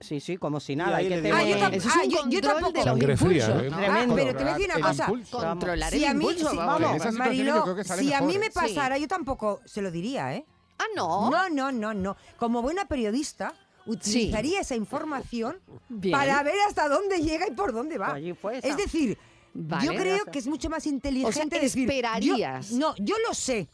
Speaker 7: sí, sí, como si
Speaker 5: Y
Speaker 7: nada.
Speaker 5: ahí
Speaker 7: hay que
Speaker 5: le dio
Speaker 10: Ah,
Speaker 7: tener-
Speaker 10: yo, tam-
Speaker 1: Eso es
Speaker 10: ah,
Speaker 1: un
Speaker 10: yo- yo
Speaker 1: control
Speaker 10: tampoco.
Speaker 1: de los
Speaker 4: Sangre fría,
Speaker 1: impulsos,
Speaker 4: ¿eh.
Speaker 1: ¿no?
Speaker 10: Ah,
Speaker 7: Tremendo.
Speaker 10: pero te voy a decir una
Speaker 6: El
Speaker 10: cosa.
Speaker 6: impulso.
Speaker 1: Controlar
Speaker 10: Si
Speaker 1: el
Speaker 10: a mí,
Speaker 1: impulso,
Speaker 10: si-
Speaker 1: vamos.
Speaker 6: En esa
Speaker 10: vamos,
Speaker 6: situación
Speaker 10: Mariló,
Speaker 6: yo creo que sale
Speaker 10: si a
Speaker 6: mejor,
Speaker 10: mí
Speaker 6: ¿eh?
Speaker 10: me
Speaker 1: Sí.
Speaker 10: pasara, yo tampoco se lo diría, ¿eh?
Speaker 1: Ah, no.
Speaker 10: No, no, no, no. Como buena periodista, utilizaría esa información
Speaker 1: Bien.
Speaker 10: para ver hasta dónde llega y por dónde va.
Speaker 7: Pues allí fue esa.
Speaker 10: es decir,
Speaker 1: Vale.
Speaker 10: yo creo que es mucho más inteligente decir. yo-
Speaker 1: esperarías.
Speaker 10: no, yo lo sé.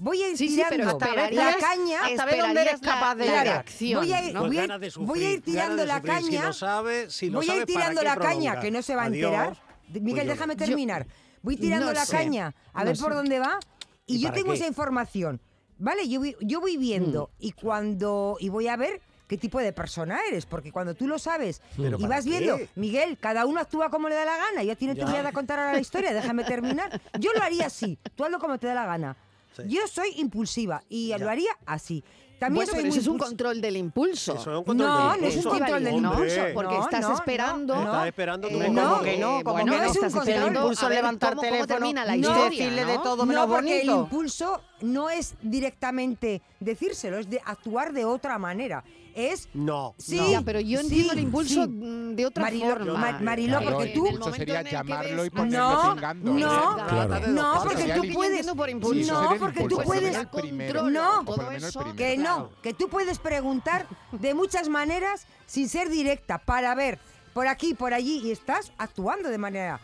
Speaker 10: Voy a ir
Speaker 1: Sí, sí,
Speaker 10: tirando
Speaker 1: pero esperarías-
Speaker 10: la caña.
Speaker 7: hasta ver dónde eres
Speaker 1: esperarías la-
Speaker 7: capaz de
Speaker 1: la
Speaker 7: llegar.
Speaker 1: reacción,
Speaker 10: Voy a ir-
Speaker 1: ¿no?
Speaker 5: Pues
Speaker 10: voy a
Speaker 5: ganas de sufrir,
Speaker 10: voy a ir
Speaker 5: ganas
Speaker 10: tirando
Speaker 5: de
Speaker 10: la
Speaker 5: sufrir. Si
Speaker 10: caña.
Speaker 5: lo sabe, si lo
Speaker 10: voy
Speaker 5: sabe,
Speaker 10: a ir
Speaker 5: ¿para
Speaker 10: tirando
Speaker 5: qué
Speaker 10: la caña,
Speaker 5: prolongar?
Speaker 10: que no se va a
Speaker 5: Adiós.
Speaker 10: enterar. De- Miguel,
Speaker 5: Pues yo-
Speaker 10: déjame terminar. Voy tirando
Speaker 1: no
Speaker 10: la
Speaker 1: sé,
Speaker 10: caña, a
Speaker 1: no
Speaker 10: ver
Speaker 1: sé.
Speaker 10: por dónde va. Y,
Speaker 5: ¿Y
Speaker 10: yo
Speaker 5: para
Speaker 10: tengo
Speaker 5: qué? Mm.
Speaker 10: esa información, ¿vale? Yo voy, yo voy viendo y cuando y voy a ver qué tipo de persona eres, porque cuando tú lo sabes
Speaker 5: ¿Pero
Speaker 10: y
Speaker 5: para
Speaker 10: vas viendo,
Speaker 5: qué?
Speaker 10: Miguel, cada uno actúa como le da la gana, ya tiene tu
Speaker 5: Ya.
Speaker 10: vida de contar ahora la historia, déjame terminar. Yo lo haría así, tú hazlo como te da la gana.
Speaker 5: Sí.
Speaker 10: Yo soy impulsiva y lo haría así. También
Speaker 1: bueno,
Speaker 10: soy
Speaker 1: pero
Speaker 10: muy
Speaker 1: eso es un
Speaker 10: impulsiva.
Speaker 1: control del impulso.
Speaker 5: Eso es un control
Speaker 10: No,
Speaker 5: del
Speaker 10: no es un
Speaker 5: impulso.
Speaker 10: control del
Speaker 5: Hombre.
Speaker 1: impulso, porque
Speaker 10: No,
Speaker 1: estás
Speaker 10: no,
Speaker 1: esperando.
Speaker 10: no.
Speaker 5: Estás esperando tú
Speaker 1: Eh,
Speaker 5: mismo.
Speaker 7: ¿Cómo
Speaker 1: no,
Speaker 7: que no? ¿Cómo
Speaker 1: bueno,
Speaker 7: que no?
Speaker 10: es un
Speaker 1: estás
Speaker 10: control.
Speaker 7: el
Speaker 1: esperando
Speaker 7: impulso
Speaker 1: a
Speaker 7: es
Speaker 1: ver
Speaker 7: levantar
Speaker 1: cómo-
Speaker 7: teléfono
Speaker 1: cómo termina la
Speaker 7: y
Speaker 1: historia,
Speaker 7: decirle de
Speaker 1: ¿no?
Speaker 7: todo menos
Speaker 10: no, porque el
Speaker 7: bonito.
Speaker 10: impulso no es directamente decírselo, es de actuar de otra manera. Es
Speaker 5: No.
Speaker 10: sí,
Speaker 1: No. Ya, pero yo
Speaker 10: sí,
Speaker 1: entiendo el impulso
Speaker 10: sí.
Speaker 1: mm, de otra
Speaker 10: Marilo,
Speaker 1: forma.
Speaker 10: Ma- Mariló,
Speaker 1: Claro,
Speaker 10: porque
Speaker 1: en
Speaker 10: tú-
Speaker 1: el
Speaker 10: Eso
Speaker 1: momento
Speaker 6: sería
Speaker 1: en el que
Speaker 6: llamarlo y
Speaker 1: ves a una
Speaker 6: ponerlo
Speaker 1: persona-
Speaker 6: pingando,
Speaker 10: No,
Speaker 4: Claro.
Speaker 10: no, porque
Speaker 1: Eso
Speaker 10: tú
Speaker 1: yo
Speaker 10: puedes-
Speaker 1: entiendo por
Speaker 6: Sí,
Speaker 1: impulso.
Speaker 6: eso sería el
Speaker 10: No, porque tú
Speaker 6: impulso,
Speaker 10: puedes-
Speaker 6: sería el primero,
Speaker 10: No,
Speaker 6: o por lo
Speaker 1: todo
Speaker 6: menos el
Speaker 1: eso-
Speaker 6: primero.
Speaker 10: que no, que tú puedes preguntar de muchas maneras sin ser directa para ver por aquí, por allí y estás actuando de manera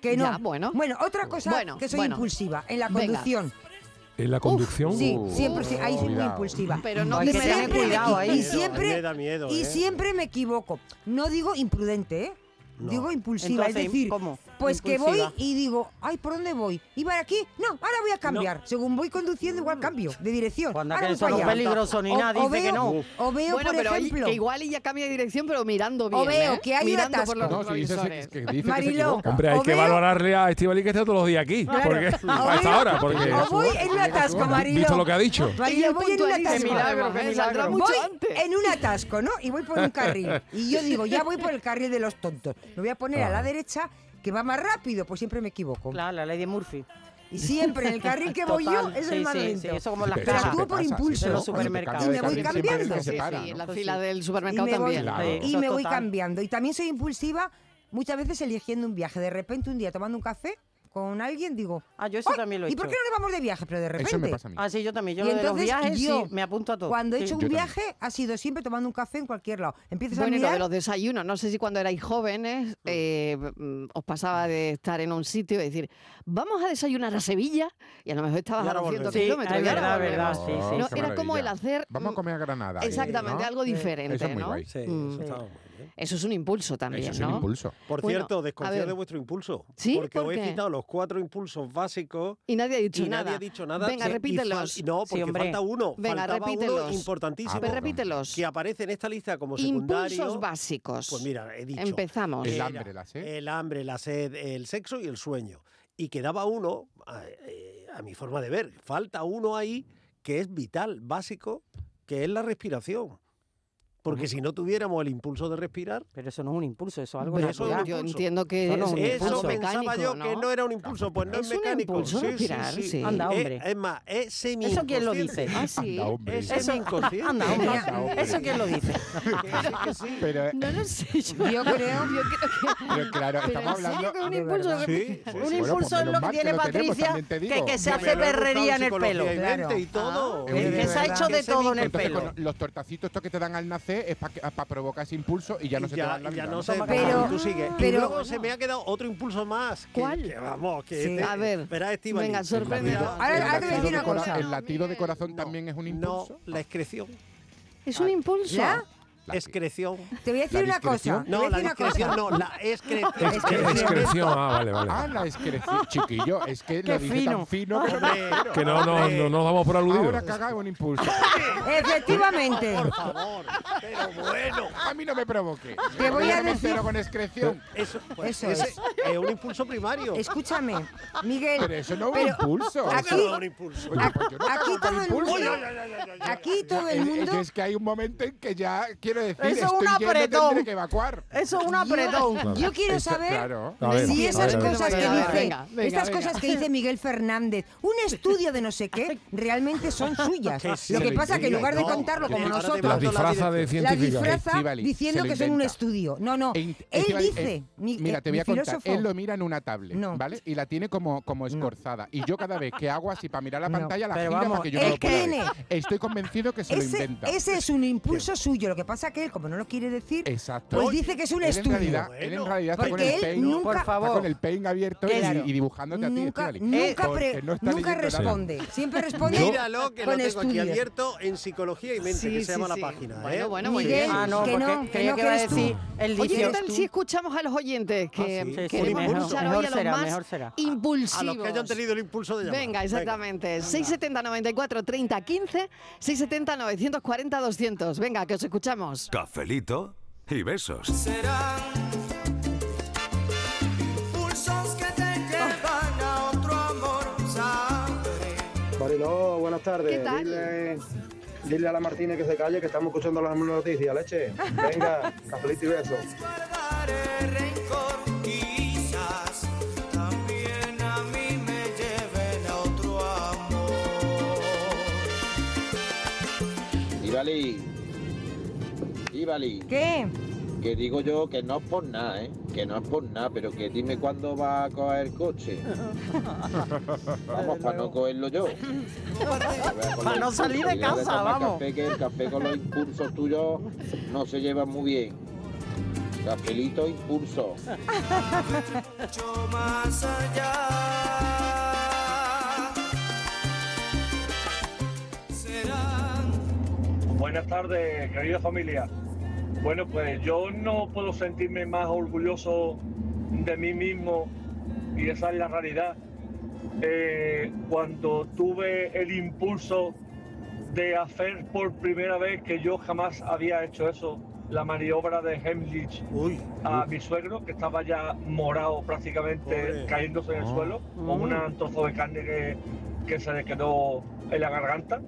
Speaker 10: que no.
Speaker 1: Ya, bueno.
Speaker 10: otra cosa
Speaker 1: Bueno,
Speaker 10: que soy
Speaker 1: bueno.
Speaker 10: impulsiva en la
Speaker 1: Venga.
Speaker 10: conducción.
Speaker 4: En la conducción.
Speaker 10: Sí,
Speaker 6: Uh,
Speaker 10: siempre sí, ahí soy muy
Speaker 6: cuidado.
Speaker 10: impulsiva.
Speaker 1: Pero no
Speaker 10: Y
Speaker 7: Hay que tener
Speaker 10: siempre me
Speaker 7: cuidado ¿eh?
Speaker 10: equi-
Speaker 7: ahí.
Speaker 10: Y siempre,
Speaker 5: A mí me da miedo,
Speaker 10: y
Speaker 5: ¿eh?
Speaker 10: siempre me equivoco. No digo imprudente, ¿eh?
Speaker 5: No.
Speaker 10: Digo impulsiva,
Speaker 7: Entonces,
Speaker 10: es decir,
Speaker 7: ¿cómo?
Speaker 10: pues que
Speaker 7: Impulsiva.
Speaker 10: voy y digo, ay, ¿por dónde voy? ¿Iba aquí? No, ahora voy a cambiar. Según voy conduciendo, igual cambio de dirección.
Speaker 7: Cuando
Speaker 10: ahora
Speaker 7: que
Speaker 10: voy
Speaker 7: eso
Speaker 10: para
Speaker 7: no es
Speaker 10: allá.
Speaker 7: peligroso ni
Speaker 10: O-
Speaker 7: nada,
Speaker 10: o
Speaker 7: dice que
Speaker 10: veo-
Speaker 7: no.
Speaker 10: O veo,
Speaker 1: bueno,
Speaker 10: por
Speaker 1: pero ahí-
Speaker 10: ejemplo,
Speaker 1: que igual ella cambia de dirección, pero mirando bien.
Speaker 10: O veo
Speaker 1: ¿eh?
Speaker 10: que hay un
Speaker 1: mirando por los
Speaker 10: atasco.
Speaker 6: No, si dices que,
Speaker 1: retrovisores.
Speaker 6: que dice que se
Speaker 10: Mariló.
Speaker 6: equivoca.
Speaker 4: Hombre, hay
Speaker 10: O
Speaker 4: que
Speaker 10: veo-
Speaker 4: valorarle a Estivali que está todos los días aquí. Porque,
Speaker 10: o
Speaker 4: a
Speaker 10: veo-
Speaker 4: esta hora, porque.
Speaker 10: o voy en un atasco, Marilo.
Speaker 4: ¿Visto lo que ha dicho?
Speaker 10: Marilo,
Speaker 1: Ella
Speaker 10: voy en un
Speaker 1: puntualiza,
Speaker 10: atasco.
Speaker 1: milagro, que me saldrá mucho
Speaker 10: voy
Speaker 1: antes.
Speaker 10: en un atasco, ¿no? Y voy por un carril. Y yo digo, ya voy por el carril de los tontos. Me voy a poner a la derecha que va más rápido, pues siempre me equivoco.
Speaker 7: Ah. Claro, la ley de Murphy.
Speaker 10: Y siempre en el carril que voy yo
Speaker 7: Total,
Speaker 10: es
Speaker 7: sí,
Speaker 10: el más
Speaker 7: sí,
Speaker 10: lento.
Speaker 7: sí, eso como las
Speaker 10: Pero
Speaker 7: cajas.
Speaker 10: actúo por
Speaker 6: Pasa, sí,
Speaker 10: impulso.
Speaker 7: En los
Speaker 6: cuando te
Speaker 7: supermercados.
Speaker 6: cambias de
Speaker 10: Y me voy
Speaker 6: carril, siempre
Speaker 10: cambiando.
Speaker 6: es que se
Speaker 1: Sí,
Speaker 6: para,
Speaker 1: sí, en
Speaker 6: ¿no?
Speaker 1: la
Speaker 7: Pues
Speaker 1: fila
Speaker 7: sí.
Speaker 1: del
Speaker 10: y
Speaker 1: supermercado
Speaker 10: me voy,
Speaker 1: también.
Speaker 6: Claro.
Speaker 1: Sí.
Speaker 10: y
Speaker 7: Eso
Speaker 10: me voy
Speaker 7: total.
Speaker 10: cambiando. Y también soy impulsiva, muchas veces eligiendo un viaje. De repente, un día tomando un café con alguien, digo,
Speaker 7: Ah, yo eso
Speaker 10: "Ay,
Speaker 7: también lo he
Speaker 10: ¿Y por
Speaker 7: hecho.
Speaker 10: qué no nos vamos de viaje? Pero de repente.
Speaker 6: Eso me pasa a mí.
Speaker 7: Ah, sí, yo también. Yo
Speaker 10: Y
Speaker 7: lo de los
Speaker 10: entonces
Speaker 7: viajes sí,
Speaker 10: yo,
Speaker 7: me apunto a todo.
Speaker 10: Cuando he hecho un
Speaker 6: Yo también.
Speaker 10: viaje ha sido siempre tomando un café en cualquier lado. Empiezas
Speaker 1: Bueno,
Speaker 10: a
Speaker 1: y lo
Speaker 10: mirar.
Speaker 1: de los desayunos, no sé si cuando erais jóvenes eh, mm, os pasaba de estar en un sitio y decir, vamos a desayunar a Sevilla, y a lo mejor estabas
Speaker 5: Y
Speaker 1: a
Speaker 5: ahora
Speaker 1: 200
Speaker 5: volvemos.
Speaker 7: Sí, es
Speaker 1: kilómetros. y ahora
Speaker 7: verdad,
Speaker 1: volvemos.
Speaker 7: verdad, sí,
Speaker 6: Oh,
Speaker 7: sí.
Speaker 1: No,
Speaker 6: qué
Speaker 1: era como el
Speaker 6: maravilla.
Speaker 1: hacer...
Speaker 6: Vamos a comer a Granada. eh,
Speaker 1: Exactamente,
Speaker 6: ¿no?
Speaker 1: algo diferente,
Speaker 6: Eso es muy
Speaker 1: ¿no?
Speaker 6: guay.
Speaker 5: Sí,
Speaker 1: Mm.
Speaker 5: eso estaba muy bien.
Speaker 1: Eso es un impulso también,
Speaker 6: Eso es
Speaker 1: ¿no?
Speaker 6: un impulso.
Speaker 5: Por
Speaker 1: Bueno, a
Speaker 5: cierto,
Speaker 1: ver.
Speaker 5: desconfío de vuestro impulso.
Speaker 1: ¿Sí?
Speaker 5: Porque
Speaker 1: ¿Por
Speaker 5: os
Speaker 1: qué?
Speaker 5: he citado los cuatro impulsos básicos
Speaker 1: Y nadie ha dicho
Speaker 5: y
Speaker 1: nada.
Speaker 5: nadie ha dicho nada.
Speaker 1: Venga,
Speaker 5: Sí, y
Speaker 1: repítelos.
Speaker 5: fal- No,
Speaker 7: Sí,
Speaker 5: porque
Speaker 7: hombre.
Speaker 5: falta uno.
Speaker 1: Venga,
Speaker 5: Faltaba uno
Speaker 1: repítelos.
Speaker 5: importantísimo
Speaker 1: Pues repítelos.
Speaker 5: que aparece en esta lista como secundario.
Speaker 1: Impulsos básicos.
Speaker 5: Pues mira, he dicho. Eh,
Speaker 1: Empezamos.
Speaker 6: El
Speaker 5: Era
Speaker 6: hambre, la sed.
Speaker 5: El hambre, la sed, el sexo y el sueño. Y quedaba uno, a, eh, a mi forma de ver, falta uno ahí que es vital, básico, que es la respiración. Porque si no tuviéramos el impulso de respirar,
Speaker 7: Pero eso no es un impulso, eso es algo
Speaker 1: Bueno,
Speaker 5: eso es un
Speaker 1: yo
Speaker 7: natural.
Speaker 5: impulso.
Speaker 1: entiendo que
Speaker 7: Eso no
Speaker 1: es un
Speaker 5: eso
Speaker 1: impulso
Speaker 5: pensaba
Speaker 1: mecánico,
Speaker 5: yo
Speaker 1: ¿no?
Speaker 5: que no era un impulso, pues no es,
Speaker 1: Es un
Speaker 5: mecánico.
Speaker 1: impulso respirar, sí.
Speaker 7: Anda, hombre.
Speaker 5: Es, es más, es semi
Speaker 7: ¿Eso quién lo dice?
Speaker 1: Ah, sí.
Speaker 6: Anda, hombre.
Speaker 5: Es
Speaker 7: Eso-
Speaker 5: semi-inconsciente.
Speaker 7: Anda,
Speaker 6: Anda,
Speaker 7: hombre.
Speaker 6: hombre.
Speaker 7: ¿Eso quién lo dice?
Speaker 6: Pero,
Speaker 1: No lo sé, yo,
Speaker 10: Yo creo-
Speaker 1: yo creo que...
Speaker 6: pero claro,
Speaker 1: Pero
Speaker 6: estamos
Speaker 1: sí,
Speaker 6: hablando.
Speaker 1: que
Speaker 5: Ah,
Speaker 1: un
Speaker 10: de
Speaker 1: impulso
Speaker 10: verdad.
Speaker 1: de-
Speaker 5: Sí, sí,
Speaker 7: Un
Speaker 5: sí.
Speaker 6: Bueno, pues
Speaker 7: impulso es
Speaker 6: menos
Speaker 7: lo que
Speaker 6: mal que
Speaker 7: tiene
Speaker 6: lo tenemos,
Speaker 7: Patricia,
Speaker 6: también te
Speaker 7: que,
Speaker 6: digo.
Speaker 7: que se
Speaker 5: Me
Speaker 7: hace
Speaker 5: lo he
Speaker 7: berrería en el
Speaker 5: buscado
Speaker 7: pelo.
Speaker 5: psicológicamente
Speaker 10: Claro.
Speaker 5: y todo.
Speaker 6: Ah,
Speaker 7: que se ha hecho de todo en el
Speaker 6: Entonces,
Speaker 7: pelo.
Speaker 6: con los tortacitos estos que te dan al nacer es para provocar ese impulso y ya no
Speaker 5: Y
Speaker 6: se te va la
Speaker 5: y
Speaker 6: vida.
Speaker 5: no se
Speaker 10: Pero-
Speaker 5: pero, tú sigues.
Speaker 10: pero-
Speaker 5: y luego se me ha quedado otro impulso más. que-
Speaker 1: ¿Cuál?
Speaker 5: que vamos, que
Speaker 10: Sí.
Speaker 5: este-
Speaker 1: A ver.
Speaker 5: Espera, Estíbaliz.
Speaker 1: Venga, sorprende.
Speaker 5: Mira,
Speaker 10: Ahora- ahora te voy a decir
Speaker 6: latido
Speaker 10: una
Speaker 6: de cora-
Speaker 10: cosa.
Speaker 6: el latido de corazón también es un
Speaker 5: No,
Speaker 6: impulso. Ah,
Speaker 5: la excreción.
Speaker 1: Es un impulso.
Speaker 10: ¿La?
Speaker 6: La-
Speaker 5: excreción.
Speaker 10: Te voy a decir
Speaker 6: ¿La
Speaker 10: una cosa.
Speaker 6: discreción?
Speaker 10: te voy
Speaker 5: No,
Speaker 10: a decir
Speaker 5: la
Speaker 10: una cosa.
Speaker 5: discreción no, la excreción.
Speaker 4: Excre- excreción, ah, vale, vale.
Speaker 6: Ah, la excreción. Chiquillo, es que lo
Speaker 7: Qué
Speaker 6: dije tan fino que no me
Speaker 5: Hombre,
Speaker 6: entero.
Speaker 4: Que no, no, no, no nos damos por aludidos.
Speaker 6: Ahora cagado un impulso.
Speaker 10: Efectivamente.
Speaker 5: Por favor, pero bueno.
Speaker 6: A mí no me provoque.
Speaker 10: Te voy a
Speaker 6: Yo me
Speaker 10: decir-
Speaker 6: entero con excreción.
Speaker 5: Eso, pues,
Speaker 10: Eso es.
Speaker 5: ese un impulso primario.
Speaker 10: Escúchame, Miguel.
Speaker 6: Pero eso no es un
Speaker 10: pero
Speaker 6: impulso.
Speaker 10: aquí-
Speaker 6: Eso-
Speaker 5: Un impulso.
Speaker 6: Oye, pues yo no
Speaker 10: aquí
Speaker 6: cago por
Speaker 10: todo el
Speaker 6: impulso.
Speaker 10: mundo- Aquí todo el
Speaker 6: Es-
Speaker 10: mundo.
Speaker 6: eh, Es que hay un momento en que ya quiero decir,
Speaker 7: Eso es
Speaker 6: estoy
Speaker 7: un
Speaker 6: lleno,
Speaker 7: apretón.
Speaker 6: tendré que evacuar.
Speaker 7: Eso es un
Speaker 10: Yo-
Speaker 7: apretón.
Speaker 10: Yo, quiero
Speaker 6: Eso,
Speaker 10: saber
Speaker 6: claro.
Speaker 4: A ver,
Speaker 10: si
Speaker 4: a
Speaker 10: esas
Speaker 4: ver, a ver.
Speaker 10: cosas que
Speaker 1: Venga,
Speaker 10: dice,
Speaker 1: venga, venga,
Speaker 10: estas
Speaker 1: venga.
Speaker 10: cosas que dice Miguel Fernández, un estudio de no sé qué, realmente son suyas.
Speaker 5: Que sí,
Speaker 10: lo que
Speaker 5: se lo
Speaker 10: pasa que en
Speaker 5: inventa.
Speaker 10: lugar de
Speaker 5: No,
Speaker 10: contarlo como
Speaker 5: que ahora te
Speaker 10: nosotros,
Speaker 4: Las
Speaker 5: Tanto la
Speaker 4: disfraza de
Speaker 5: dirección.
Speaker 10: la
Speaker 4: científica.
Speaker 10: disfraza
Speaker 6: Estíbaliz,
Speaker 10: diciendo
Speaker 6: se lo
Speaker 10: que son un
Speaker 6: inventa.
Speaker 10: estudio. No, no.
Speaker 6: E in-
Speaker 10: él
Speaker 6: Estíbaliz,
Speaker 10: dice,
Speaker 6: eh,
Speaker 10: mi-
Speaker 6: mira,
Speaker 10: eh,
Speaker 6: te voy
Speaker 10: mi
Speaker 6: a contar.
Speaker 10: filósofo.
Speaker 6: Él lo mira en una tablet,
Speaker 10: No.
Speaker 6: ¿vale? Y la tiene como, como escorzada. Y yo cada vez que hago así para mirar la
Speaker 7: No.
Speaker 6: pantalla, la
Speaker 7: Pero
Speaker 6: gira
Speaker 7: vamos,
Speaker 6: para que yo no
Speaker 10: él
Speaker 6: lo pueda ver.
Speaker 10: tiene-
Speaker 6: Estoy convencido que se lo
Speaker 10: Ese,
Speaker 6: inventa.
Speaker 10: ese es un impulso suyo. Lo que pasa que él, como no lo quiere decir,
Speaker 6: Exacto.
Speaker 10: pues dice que es un
Speaker 6: Él en
Speaker 10: estudio.
Speaker 6: realidad- él en
Speaker 5: Bueno,
Speaker 6: realidad está con
Speaker 10: porque
Speaker 6: el
Speaker 10: él
Speaker 6: paint.
Speaker 10: nunca-
Speaker 7: Por favor.
Speaker 6: Está con el paint abierto y,
Speaker 10: Claro.
Speaker 6: y dibujándote
Speaker 10: nunca,
Speaker 6: a ti, Estíbaliz.
Speaker 10: nunca,
Speaker 6: Porque
Speaker 10: pre-
Speaker 6: no está
Speaker 10: nunca
Speaker 6: leyendo nada.
Speaker 10: responde. Siempre responde
Speaker 5: Míralo, que lo
Speaker 10: con
Speaker 5: tengo aquí
Speaker 10: estudios.
Speaker 5: abierto en psicología y mente,
Speaker 1: Sí,
Speaker 5: que
Speaker 1: sí,
Speaker 5: se llama
Speaker 1: sí.
Speaker 5: la página.
Speaker 1: Bueno,
Speaker 5: ¿eh?
Speaker 1: bueno, muy
Speaker 10: Miguel,
Speaker 1: bien.
Speaker 7: Ah, no,
Speaker 10: que
Speaker 7: porque
Speaker 10: no, que
Speaker 7: creía
Speaker 10: no,
Speaker 7: que
Speaker 10: que
Speaker 7: iba a
Speaker 10: eres tú.
Speaker 7: decir el
Speaker 1: Oye, ¿qué
Speaker 7: dicio.
Speaker 1: tal si escuchamos a los oyentes? Que
Speaker 5: Ah, sí, sí,
Speaker 1: queremos
Speaker 5: mejor,
Speaker 1: escuchar hoy
Speaker 7: mejor
Speaker 1: a los
Speaker 7: será,
Speaker 1: más
Speaker 7: mejor será.
Speaker 1: impulsivos.
Speaker 5: A los que hayan tenido el impulso de llamar.
Speaker 1: Venga, exactamente. 670-94-30-15, 670-940-200. Venga, que os escuchamos.
Speaker 9: Cafelito y besos.
Speaker 2: serán pulsos que te llevan a otro amor. ¿sabes?
Speaker 11: Mariló, buenas tardes.
Speaker 1: ¿Qué tal?
Speaker 11: Dile, dile a la Martínez que se calle, que estamos escuchando las noticias, leche. Venga, cafelito y beso.
Speaker 2: Guardaré rencor, quizás también a mí me lleven a otro amor.
Speaker 12: Ibali, Ibali,
Speaker 10: ¿Qué?
Speaker 12: que digo yo que no es por nada, ¿eh? Que no es por nada, pero que dime cuándo va a coger el coche. Vamos, para no cogerlo yo.
Speaker 7: Para no salir de
Speaker 12: Cuidado
Speaker 7: casa,
Speaker 12: tomar
Speaker 7: vamos.
Speaker 12: Café, que el café con los impulsos tuyos no se lleva muy bien. Cafelito, impulso.
Speaker 2: mucho más allá. Serán
Speaker 11: Buenas tardes, querida familia. Bueno, pues yo no puedo sentirme más orgulloso de mí mismo y esa es la realidad. Eh, cuando tuve el impulso de hacer por primera vez que yo jamás había hecho eso, la maniobra de Heimlich
Speaker 5: Uy,
Speaker 11: a mi suegro, que estaba ya morado prácticamente,
Speaker 5: Pobre. Ah. Mm.
Speaker 11: cayéndose en el suelo, con un trozo de carne que, que se le quedó en la garganta.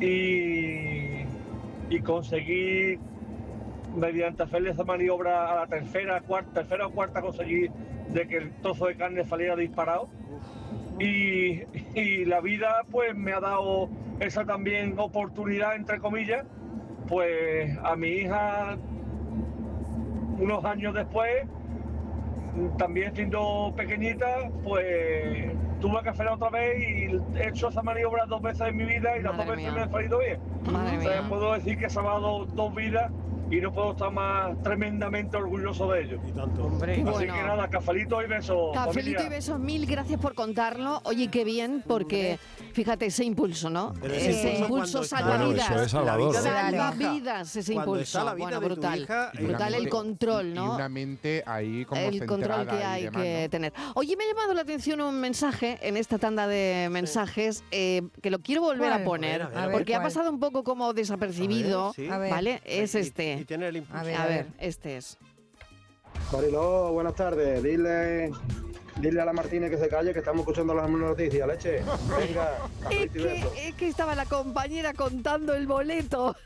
Speaker 11: Y, y conseguí, mediante hacerle esa maniobra a la tercera, cuarta, tercera o cuarta, conseguí de que el trozo de carne saliera disparado. Y, y la vida pues me ha dado esa también oportunidad, entre comillas, pues a mi hija unos años después, también siendo pequeñita, pues tuve que hacerla otra vez y he hecho esa maniobra dos veces en mi vida y las
Speaker 1: Madre
Speaker 11: dos veces
Speaker 1: mía.
Speaker 11: me ha salido bien.
Speaker 1: Madre
Speaker 11: O sea,
Speaker 1: mía.
Speaker 11: puedo decir que he salvado dos vidas y no puedo estar más tremendamente orgulloso de ello.
Speaker 5: y tanto.
Speaker 7: Hombre,
Speaker 11: Así
Speaker 1: Bueno.
Speaker 11: que nada, cafelito y besos.
Speaker 1: Cafelito
Speaker 11: familia.
Speaker 1: y besos, mil gracias por contarlo. Oye, qué bien, porque fíjate ese impulso, ¿no?
Speaker 5: Pero
Speaker 10: ese
Speaker 1: ese
Speaker 10: impulso
Speaker 1: impulso
Speaker 5: cuando está-
Speaker 1: salva
Speaker 4: Bueno, eso
Speaker 1: vidas.
Speaker 4: es salvador.
Speaker 5: La vida de tu
Speaker 10: Salva
Speaker 5: hija.
Speaker 1: vidas ese
Speaker 5: Cuando está
Speaker 1: impulso.
Speaker 5: la vida
Speaker 1: Bueno,
Speaker 5: de tu
Speaker 1: brutal.
Speaker 5: hija,
Speaker 6: Y una
Speaker 1: Brutal el
Speaker 6: mente-
Speaker 1: control,
Speaker 6: y-
Speaker 1: ¿no?
Speaker 6: Y una mente ahí como
Speaker 1: el control
Speaker 6: centrada
Speaker 1: que
Speaker 6: y
Speaker 1: hay
Speaker 6: demás,
Speaker 1: que
Speaker 6: ¿no?
Speaker 1: tener. Oye, me ha llamado la atención un mensaje en esta tanda de mensajes eh, que lo quiero volver
Speaker 10: ¿Cuál?
Speaker 1: a poner,
Speaker 5: A ver, a ver,
Speaker 1: porque ha
Speaker 10: ¿cuál?
Speaker 1: pasado un poco como desapercibido,
Speaker 5: sí.
Speaker 10: A ver.
Speaker 1: ¿vale? Es
Speaker 5: Y- Y,
Speaker 1: este.
Speaker 5: tiene el impulso.
Speaker 10: A ver,
Speaker 1: A ver, este es.
Speaker 11: Mariló, buenas tardes. Dile, dile a la Martínez que se calle, que estamos escuchando las noticias, leche. Venga,
Speaker 1: Es que, es que estaba la compañera contando el boleto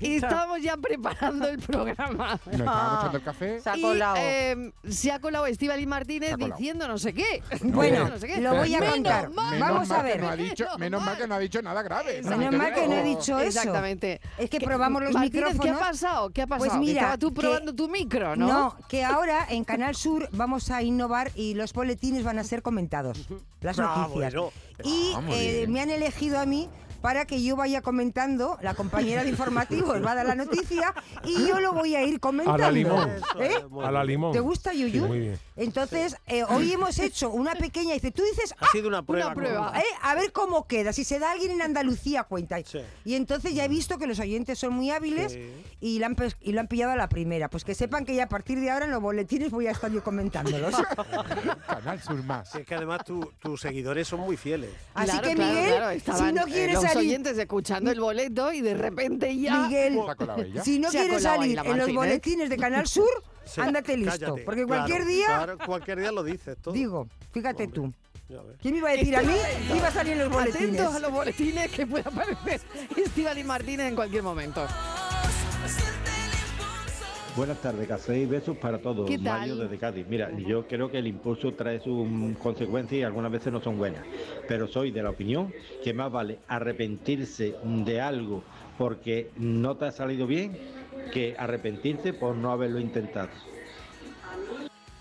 Speaker 1: y estamos ya preparando el programa.
Speaker 6: Nos estábamos echando el café.
Speaker 7: Se ha
Speaker 1: Y,
Speaker 7: colado.
Speaker 1: eh, se ha colado Estivali Martínez
Speaker 6: Se ha colado.
Speaker 1: diciendo no sé qué.
Speaker 10: Bueno,
Speaker 1: no sé qué.
Speaker 10: lo voy a
Speaker 1: Menos
Speaker 10: contar.
Speaker 1: mal.
Speaker 6: Menos
Speaker 10: Vamos
Speaker 6: mal
Speaker 10: a
Speaker 6: que
Speaker 10: ver.
Speaker 6: no ha dicho-
Speaker 1: Menos
Speaker 6: menos mal que no ha dicho nada grave.
Speaker 1: Exacto. oh,
Speaker 10: Menos mal que no he dicho eso.
Speaker 1: Exactamente.
Speaker 10: Es que
Speaker 1: ¿Qué-
Speaker 10: probamos los
Speaker 1: Martínez, ¿Qué ha
Speaker 10: micrófonos.
Speaker 1: pasado? ¿Qué ha pasado?
Speaker 10: Pues
Speaker 1: Que
Speaker 10: mira,
Speaker 1: Estaba tú
Speaker 10: que-
Speaker 1: probando tu micro, ¿no?
Speaker 10: que ahora en Canal Sur vamos a innovar y los boletines van a ser comentados, las
Speaker 1: Ah,
Speaker 5: Bravo,
Speaker 10: noticias.
Speaker 5: bueno.
Speaker 10: Y
Speaker 6: Ah, muy
Speaker 10: eh,
Speaker 6: bien.
Speaker 10: me han elegido a mí para que yo vaya comentando, la compañera de informativos va a dar la noticia y yo lo voy a ir
Speaker 4: A
Speaker 10: comentando.
Speaker 4: la limón.
Speaker 10: ¿Eh?
Speaker 4: A la limón.
Speaker 10: ¿Te gusta, Yuyu?
Speaker 4: Sí, muy bien.
Speaker 10: Entonces, eh, hoy hemos hecho una pequeña, dice, tú dices, "Ah,
Speaker 5: Ha sido una prueba.
Speaker 10: eh, a ver cómo queda. Si se da alguien en Andalucía, cuenta. Y entonces ya he visto que los oyentes son muy hábiles
Speaker 5: Mm. Sí.
Speaker 10: y, la han, pes- y la han pillado a la primera. Pues que sepan que ya a partir de ahora en los boletines voy a estar yo comentándolos.
Speaker 6: Canal Sur Más.
Speaker 5: Es que además tu- tus seguidores son muy fieles.
Speaker 10: Así
Speaker 1: Claro,
Speaker 10: que,
Speaker 1: claro,
Speaker 10: Miguel,
Speaker 1: claro, estaban,
Speaker 10: si no
Speaker 1: eh,
Speaker 10: quieres
Speaker 1: los
Speaker 10: salir-
Speaker 1: oyentes escuchando el boleto y de repente ya...
Speaker 10: Miguel, si no
Speaker 1: Se ha
Speaker 10: quieres
Speaker 1: colado ahí
Speaker 10: salir
Speaker 1: la
Speaker 10: en los
Speaker 1: Martínez.
Speaker 10: boletines de Canal Sur,
Speaker 5: Sí,
Speaker 10: ándate listo.
Speaker 5: cállate,
Speaker 10: porque
Speaker 5: claro,
Speaker 10: cualquier día,
Speaker 5: claro, cualquier día lo dices todo.
Speaker 10: digo, fíjate tú.
Speaker 5: Ya ves.
Speaker 10: ¿Quién me iba a decir a mí que iba a salir en los
Speaker 5: Ah.
Speaker 10: boletines?
Speaker 1: Atentos a los boletines que pueda aparecer Estivali Martínez en cualquier momento.
Speaker 13: Buenas tardes, Café y besos para todos.
Speaker 1: ¿Qué tal?
Speaker 13: Mario desde Cádiz. Mira, yo creo que el impulso trae sus consecuencias y algunas veces no son buenas. Pero soy de la opinión que más vale arrepentirse de algo porque no te ha salido bien que arrepentirte por no haberlo intentado.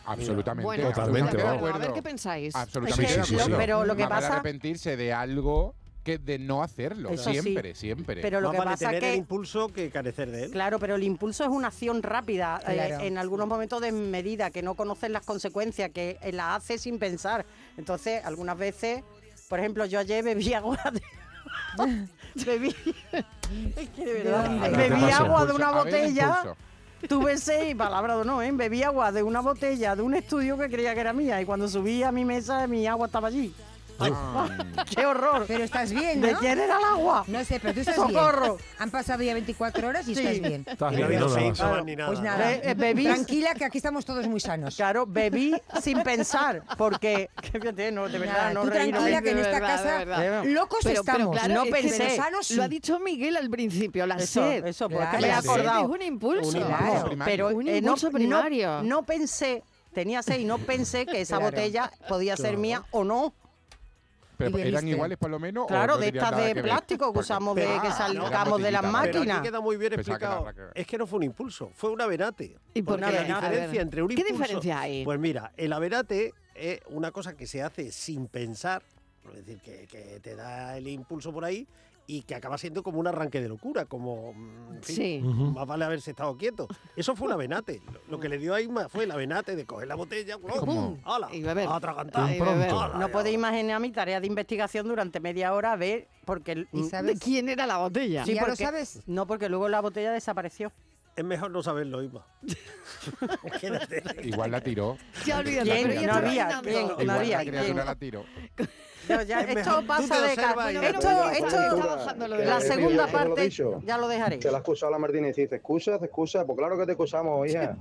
Speaker 6: Absolutamente.
Speaker 1: Bueno,
Speaker 6: absolutamente
Speaker 1: de
Speaker 6: de
Speaker 1: acuerdo.
Speaker 6: acuerdo.
Speaker 1: A ver qué pensáis.
Speaker 6: Absolutamente.
Speaker 7: Es que
Speaker 6: de
Speaker 7: sí, sí,
Speaker 6: acuerdo.
Speaker 7: sí. Pero lo que
Speaker 6: Más vale
Speaker 7: pasa-
Speaker 6: arrepentirse de algo que de no hacerlo.
Speaker 7: Eso sí.
Speaker 6: siempre, siempre.
Speaker 7: Pero lo
Speaker 5: Más
Speaker 7: que
Speaker 5: vale
Speaker 7: pasa
Speaker 5: tener
Speaker 7: que-
Speaker 5: el impulso que carecer de él.
Speaker 7: Claro, pero el impulso es una acción rápida, eh,
Speaker 5: Claro.
Speaker 7: en algunos momentos de medida, que no conoces las consecuencias, que eh, la haces sin pensar. Entonces, algunas veces, por ejemplo, yo ayer bebí agua de... bebí... Es que de verdad,
Speaker 10: dónde?
Speaker 7: bebí
Speaker 10: Impulso,
Speaker 7: agua de una
Speaker 10: a ver,
Speaker 7: botella...
Speaker 10: impulso.
Speaker 7: Tuve seis, palabras o no, ¿eh? bebí agua de una botella de un estudio que creía que era mía y cuando subí a mi mesa mi agua estaba allí. ¡Qué horror!
Speaker 10: Pero estás bien, ¿no?
Speaker 7: ¿De quién era el agua?
Speaker 10: No sé, pero tú estás
Speaker 7: ¡Socorro!
Speaker 10: bien. Han pasado ya 24 horas y
Speaker 7: Sí.
Speaker 10: estás bien.
Speaker 7: Estás Y no bien, ha habido no, no, síntomas no. ni nada,
Speaker 10: Pues
Speaker 7: ¿no?
Speaker 10: nada,
Speaker 7: Eh, eh, bebí-
Speaker 10: tranquila que aquí estamos todos muy sanos.
Speaker 7: Claro, bebí sin pensar, porque, que fíjate, eh, no, de verdad,
Speaker 10: Nada,
Speaker 7: no
Speaker 10: tú
Speaker 7: reí, no
Speaker 10: tranquila
Speaker 7: reí.
Speaker 10: que en
Speaker 7: De
Speaker 10: esta
Speaker 7: verdad,
Speaker 10: casa
Speaker 7: de verdad.
Speaker 10: locos
Speaker 1: Pero- pero
Speaker 10: estamos,
Speaker 1: claro,
Speaker 10: no
Speaker 1: es que
Speaker 10: pensé.
Speaker 1: sanos Lo ha dicho Miguel al principio, la
Speaker 7: Eso,
Speaker 1: sed.
Speaker 7: eso, porque
Speaker 1: Claro.
Speaker 7: me he
Speaker 1: La sed
Speaker 7: acordado.
Speaker 1: Es un impulso.
Speaker 7: Claro, pero
Speaker 1: un
Speaker 7: eh, no-
Speaker 1: impulso
Speaker 7: no,
Speaker 1: primario.
Speaker 7: No, pensé, tenía sed y no pensé que esa
Speaker 1: Claro.
Speaker 7: botella podía ser
Speaker 1: Claro.
Speaker 7: mía o no.
Speaker 6: Pero,
Speaker 7: Y
Speaker 6: eran
Speaker 7: bebiste.
Speaker 6: iguales por lo menos. o
Speaker 7: Claro,
Speaker 6: no
Speaker 7: de
Speaker 6: tenían
Speaker 7: estas
Speaker 6: nada
Speaker 7: de
Speaker 6: que ver?
Speaker 7: plástico que
Speaker 6: Porque-
Speaker 7: usamos de
Speaker 6: Ah,
Speaker 7: que sacamos de las
Speaker 6: eran
Speaker 5: Pero aquí
Speaker 7: máquinas.
Speaker 5: queda muy bien
Speaker 6: Pensaba que era
Speaker 5: explicado.
Speaker 6: raca-
Speaker 5: Es que no fue un impulso, fue un averate.
Speaker 1: ¿Y por
Speaker 5: Porque
Speaker 1: qué?
Speaker 5: La
Speaker 1: A ver.
Speaker 5: diferencia entre un
Speaker 1: ¿Qué
Speaker 5: impulso,
Speaker 1: diferencia hay?
Speaker 5: Pues mira, el averate es una cosa que se hace sin pensar, es decir, que, que te da el impulso por ahí y que acaba siendo como un arranque de locura, como mm, en fin,
Speaker 1: Sí.
Speaker 5: Ujú. más vale haberse estado quieto. Eso fue un avenate. Lo, lo que le dio a Isma fue el avenate de coger la botella, ¡pum! ¡Hala! Atragantar. ¡Hala!
Speaker 7: No podéis imaginar mi tarea de investigación durante media hora a ver porque mm,
Speaker 1: ¿Y sabes? ¿De quién era la botella?
Speaker 7: Sí,
Speaker 1: ¿Ya lo
Speaker 7: porque-
Speaker 1: sabes?
Speaker 7: No, porque luego la botella desapareció.
Speaker 5: Es mejor no saberlo, Isma. Quédate.
Speaker 6: Igual la tiró.
Speaker 1: Ya olvídate,
Speaker 7: ¿Quién?
Speaker 1: pero ya
Speaker 7: No
Speaker 1: está
Speaker 7: había,
Speaker 1: imaginando.
Speaker 7: ¿quién? No
Speaker 6: Igual
Speaker 7: había,
Speaker 6: la criatura
Speaker 7: ¿quién?
Speaker 6: la tiró.
Speaker 7: No, ya,
Speaker 5: Es
Speaker 7: esto
Speaker 5: mejor. Tú
Speaker 7: pasa
Speaker 5: te
Speaker 7: de ca-
Speaker 5: observas y ya
Speaker 7: esto-
Speaker 5: está.
Speaker 7: esto-
Speaker 5: Está
Speaker 7: la segunda parte
Speaker 14: dicho.
Speaker 7: ya lo dejaré.
Speaker 14: Se la excusa a la Martínez y dice, excusas, excusas, pues claro que te excusamos, hija.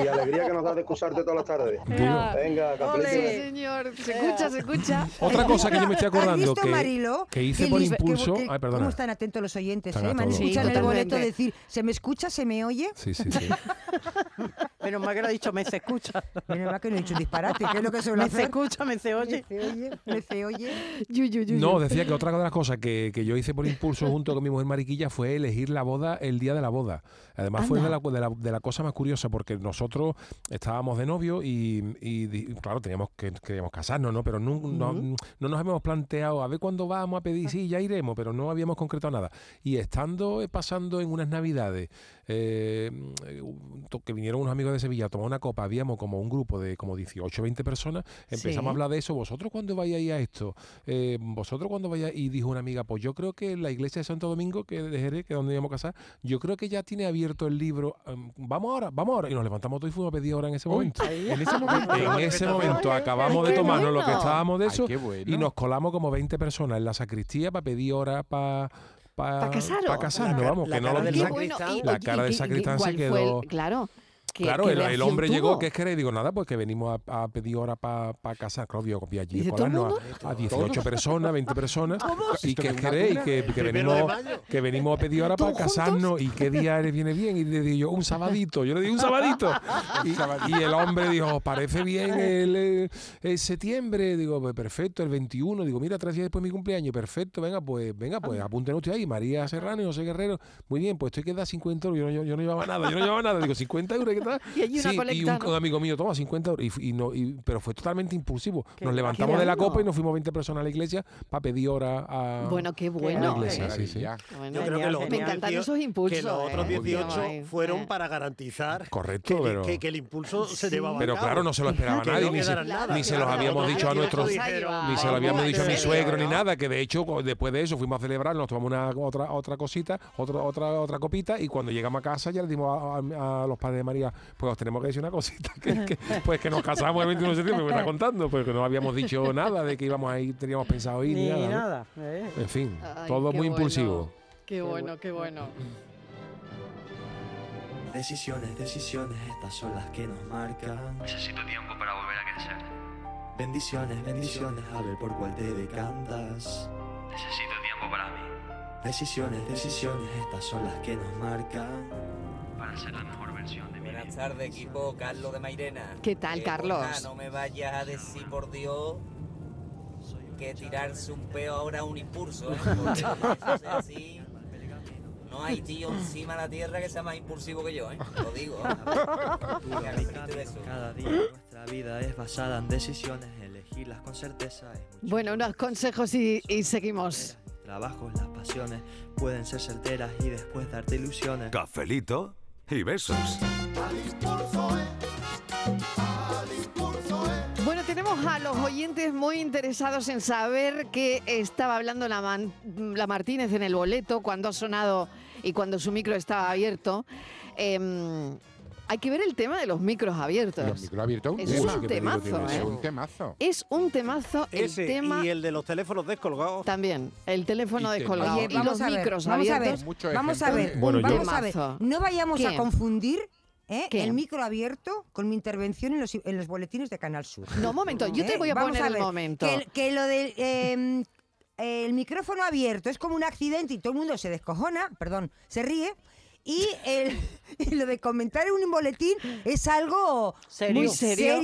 Speaker 14: y alegría que nos da de excusarte todas las tardes. Venga,
Speaker 1: Sí,
Speaker 14: Cafelito.
Speaker 1: señor. Se escucha, se escucha.
Speaker 4: Otra cosa que yo me estoy
Speaker 10: ¿Has
Speaker 4: acordando
Speaker 10: visto,
Speaker 4: que,
Speaker 10: Marilo,
Speaker 4: que hice
Speaker 10: que
Speaker 4: por
Speaker 10: Lisbe- que-
Speaker 4: impulso.
Speaker 10: que-
Speaker 4: Ay,
Speaker 10: ¿Cómo
Speaker 4: perdona.
Speaker 10: están atentos los oyentes?
Speaker 4: Están
Speaker 10: ¿eh?
Speaker 4: a
Speaker 10: Me han
Speaker 4: todo.
Speaker 10: escuchado
Speaker 4: Sí,
Speaker 10: en el boleto
Speaker 4: totalmente.
Speaker 10: decir, ¿se me escucha, se me oye?
Speaker 4: Sí, sí, sí.
Speaker 7: Menos mal que lo ha dicho, me se escucha.
Speaker 10: Menos mal que no he dicho un disparate, que es lo que suelo
Speaker 7: Me
Speaker 10: hacer.
Speaker 7: se escucha, me se oye.
Speaker 10: Me se oye, me se oye.
Speaker 4: No, decía que otra de las cosas que, que yo hice por impulso junto con mi mujer Mariquilla fue elegir la boda el día de la boda. Además fue de la, de, la, de la cosa más curiosa porque nosotros estábamos de novio y, y di- claro, teníamos que queríamos casarnos, ¿no? Pero nun- no, no nos habíamos planteado a ver cuándo vamos a pedir, sí, ya iremos, pero no habíamos concretado nada. Y estando eh, pasando en unas navidades, eh, to- que vinieron unos amigos de Sevilla a tomar una copa, habíamos como un grupo de como 18 o 20 personas, empezamos
Speaker 15: Sí.
Speaker 4: a hablar habla de eso, vosotros cuando vayáis a esto, Eh, vosotros cuando vayáis, y dijo una amiga, pues yo creo que la iglesia de Santo Domingo, que de Jerez, que es donde íbamos a casar, yo creo que ya tiene abierto el libro, Em, vamos ahora, vamos ahora, y nos levantamos todos y fuimos a pedir ahora en ese momento.
Speaker 6: en ese momento.
Speaker 4: En ese momento acabamos de
Speaker 6: Qué
Speaker 4: tomarnos lo que
Speaker 6: bueno.
Speaker 4: estábamos de
Speaker 6: Ay,
Speaker 4: eso
Speaker 6: qué bueno.
Speaker 4: y nos colamos como 20 personas en la sacristía para pedir hora para... Para
Speaker 1: casaros.
Speaker 4: casarnos,
Speaker 1: La-
Speaker 4: Ah, vamos,
Speaker 1: la
Speaker 4: que no
Speaker 1: cara
Speaker 4: lo
Speaker 1: del
Speaker 4: digo.
Speaker 1: sacristán.
Speaker 4: La
Speaker 1: Oye, ¿y
Speaker 4: cara del
Speaker 1: qué-
Speaker 4: sacristán
Speaker 1: cuál
Speaker 4: se
Speaker 1: fue el-
Speaker 4: quedó.
Speaker 1: claro. ¿Qué-
Speaker 4: Claro,
Speaker 1: qué
Speaker 4: el, el
Speaker 1: reacción
Speaker 4: hombre llegó,
Speaker 1: tuvo?
Speaker 4: que es que le digo, nada, pues que venimos a, a pedir hora para casar. Claro, yo vi allí
Speaker 1: Dice, ¿todo el
Speaker 4: colarnos a, a 18
Speaker 6: ¿Todos?
Speaker 4: personas, 20 personas.
Speaker 6: ¿Todos?
Speaker 4: Y que es
Speaker 6: Esto es una
Speaker 4: que, y
Speaker 6: locura.
Speaker 4: que,
Speaker 6: El
Speaker 4: que
Speaker 6: primero de
Speaker 4: venimos,
Speaker 6: mayo.
Speaker 4: que venimos a pedir hora para casarnos. ¿Y qué día le viene bien? Y le digo yo, un sabadito. Yo le digo, un sabadito. Y, y el hombre dijo, "Os parece bien el, eh, el septiembre. Digo, pues perfecto, el 21. Digo, mira, tres días después de mi cumpleaños. Perfecto, venga, pues, venga, pues apúntenos usted ahí. María Serrano y José Guerrero. Muy bien, pues estoy que da 50 euros. Yo no, yo, yo no llevaba nada, yo no llevaba nada. Digo, 50 euros hay que tal.
Speaker 1: Y allí una
Speaker 4: Sí, y
Speaker 1: colecta,
Speaker 4: un,
Speaker 1: ¿no?
Speaker 4: un amigo mío, toma 50 euros. Y, fu- y no, y- pero fue totalmente impulsivo.
Speaker 1: Qué
Speaker 4: Nos levantamos
Speaker 1: grande.
Speaker 4: de la
Speaker 1: Qué bueno.
Speaker 4: copa y nos fuimos 20 personas a la iglesia para pedir hora a,
Speaker 1: Bueno, qué
Speaker 4: a
Speaker 1: bueno.
Speaker 4: la iglesia.
Speaker 1: Qué
Speaker 4: sí, sí.
Speaker 1: maravilla. Bueno, Yo creo que lo- Me encantan esos impulsos,
Speaker 5: Que los otros
Speaker 1: ¿eh?
Speaker 5: 18
Speaker 1: Ay,
Speaker 5: fueron para garantizar
Speaker 4: Correcto,
Speaker 5: que,
Speaker 4: pero-
Speaker 5: que- que el impulso se llevaba a
Speaker 4: Pero
Speaker 5: cabo.
Speaker 4: claro, no se lo esperaba
Speaker 5: Que
Speaker 4: nadie,
Speaker 5: no
Speaker 4: ni se,
Speaker 5: quedaran nada,
Speaker 4: ni se
Speaker 5: claro,
Speaker 4: los habíamos
Speaker 5: claro,
Speaker 4: dicho a
Speaker 5: claro,
Speaker 4: nuestros,
Speaker 5: claro, dijeron,
Speaker 4: ni se lo
Speaker 5: "Vamos eh,
Speaker 4: habíamos dicho a mi
Speaker 5: hacer
Speaker 4: suegro
Speaker 5: esto".
Speaker 4: ni nada, que de hecho co- después de eso fuimos a celebrar, nos tomamos una otra otra cosita, otra otra otra copita y cuando llegamos a casa ya le dimos a, a- a los padres de María, pues os tenemos que decir una cosita, que, que- pues que nos casamos el 21 de septiembre, me está contando, pues que no habíamos dicho nada de que íbamos a ir, teníamos pensado ir, ni,
Speaker 7: Ni
Speaker 4: nada. ¿no?
Speaker 7: nada, eh.
Speaker 4: En fin,
Speaker 1: Ay,
Speaker 4: todo
Speaker 1: qué
Speaker 4: muy
Speaker 1: bueno.
Speaker 4: impulsivo.
Speaker 1: Qué bueno, qué bueno.
Speaker 15: Decisiones, decisiones, estas son las que nos marcan.
Speaker 16: Necesito tiempo para volver a crecer.
Speaker 15: Bendiciones, bendiciones, a ver por cuál te decantas.
Speaker 16: Necesito tiempo para mí,
Speaker 15: Decisiones, decisiones, estas son las que nos marcan.
Speaker 16: para ser la mejor versión de mí.
Speaker 17: Buenas tardes, equipo. Carlos de Mairena.
Speaker 1: ¿Qué tal,
Speaker 17: Eh,
Speaker 1: Carlos?
Speaker 17: gorda, no me vayas a decir, por Dios, que tirarse un peo ahora es un impulso. ¿eh? Porque eso sea así, no hay tío encima de la tierra que sea más impulsivo que yo, ¿eh? Lo digo. ¿eh?
Speaker 15: Cada día de nuestra vida es basada en decisiones, elegirlas con certeza es
Speaker 1: Bueno, unos consejos y, y seguimos.
Speaker 15: Trabajos, las pasiones pueden ser certeras y después darte ilusiones.
Speaker 9: Cafelito y besos.
Speaker 1: Bueno, tenemos a los oyentes muy interesados en saber qué estaba hablando la, Man- la Martínez en el boleto, cuando ha sonado y cuando su micro estaba abierto. Em, hay que ver el tema de los micros abiertos.
Speaker 6: Los micro abiertos.
Speaker 1: Es un temazo, ¿eh?
Speaker 6: Es un temazo.
Speaker 1: Es un temazo el
Speaker 5: Ese
Speaker 1: tema
Speaker 5: y el de los teléfonos descolgados.
Speaker 1: también, el teléfono
Speaker 5: Y te-
Speaker 1: descolgado
Speaker 5: Oye,
Speaker 1: y
Speaker 5: vamos
Speaker 1: los
Speaker 5: a ver,
Speaker 1: micros
Speaker 5: vamos a ver,
Speaker 1: abiertos.
Speaker 5: mucho
Speaker 10: Vamos a ver,
Speaker 1: Bueno, yo-
Speaker 10: vamos a ver.
Speaker 1: Temazo.
Speaker 10: No vayamos
Speaker 1: ¿Qué?
Speaker 10: a confundir ¿eh?
Speaker 1: ¿Qué?
Speaker 10: el micro abierto con mi intervención en los, en los boletines de Canal Sur.
Speaker 1: No, un momento, yo te
Speaker 10: ¿Eh?
Speaker 1: voy a
Speaker 10: Vamos
Speaker 1: poner el
Speaker 10: ver,
Speaker 1: momento.
Speaker 10: Que, que lo del eh, el micrófono abierto es como un accidente y todo el mundo se descojona, perdón, se ríe. Y, el- y lo de comentar en un boletín es algo muy serio.
Speaker 1: Serio,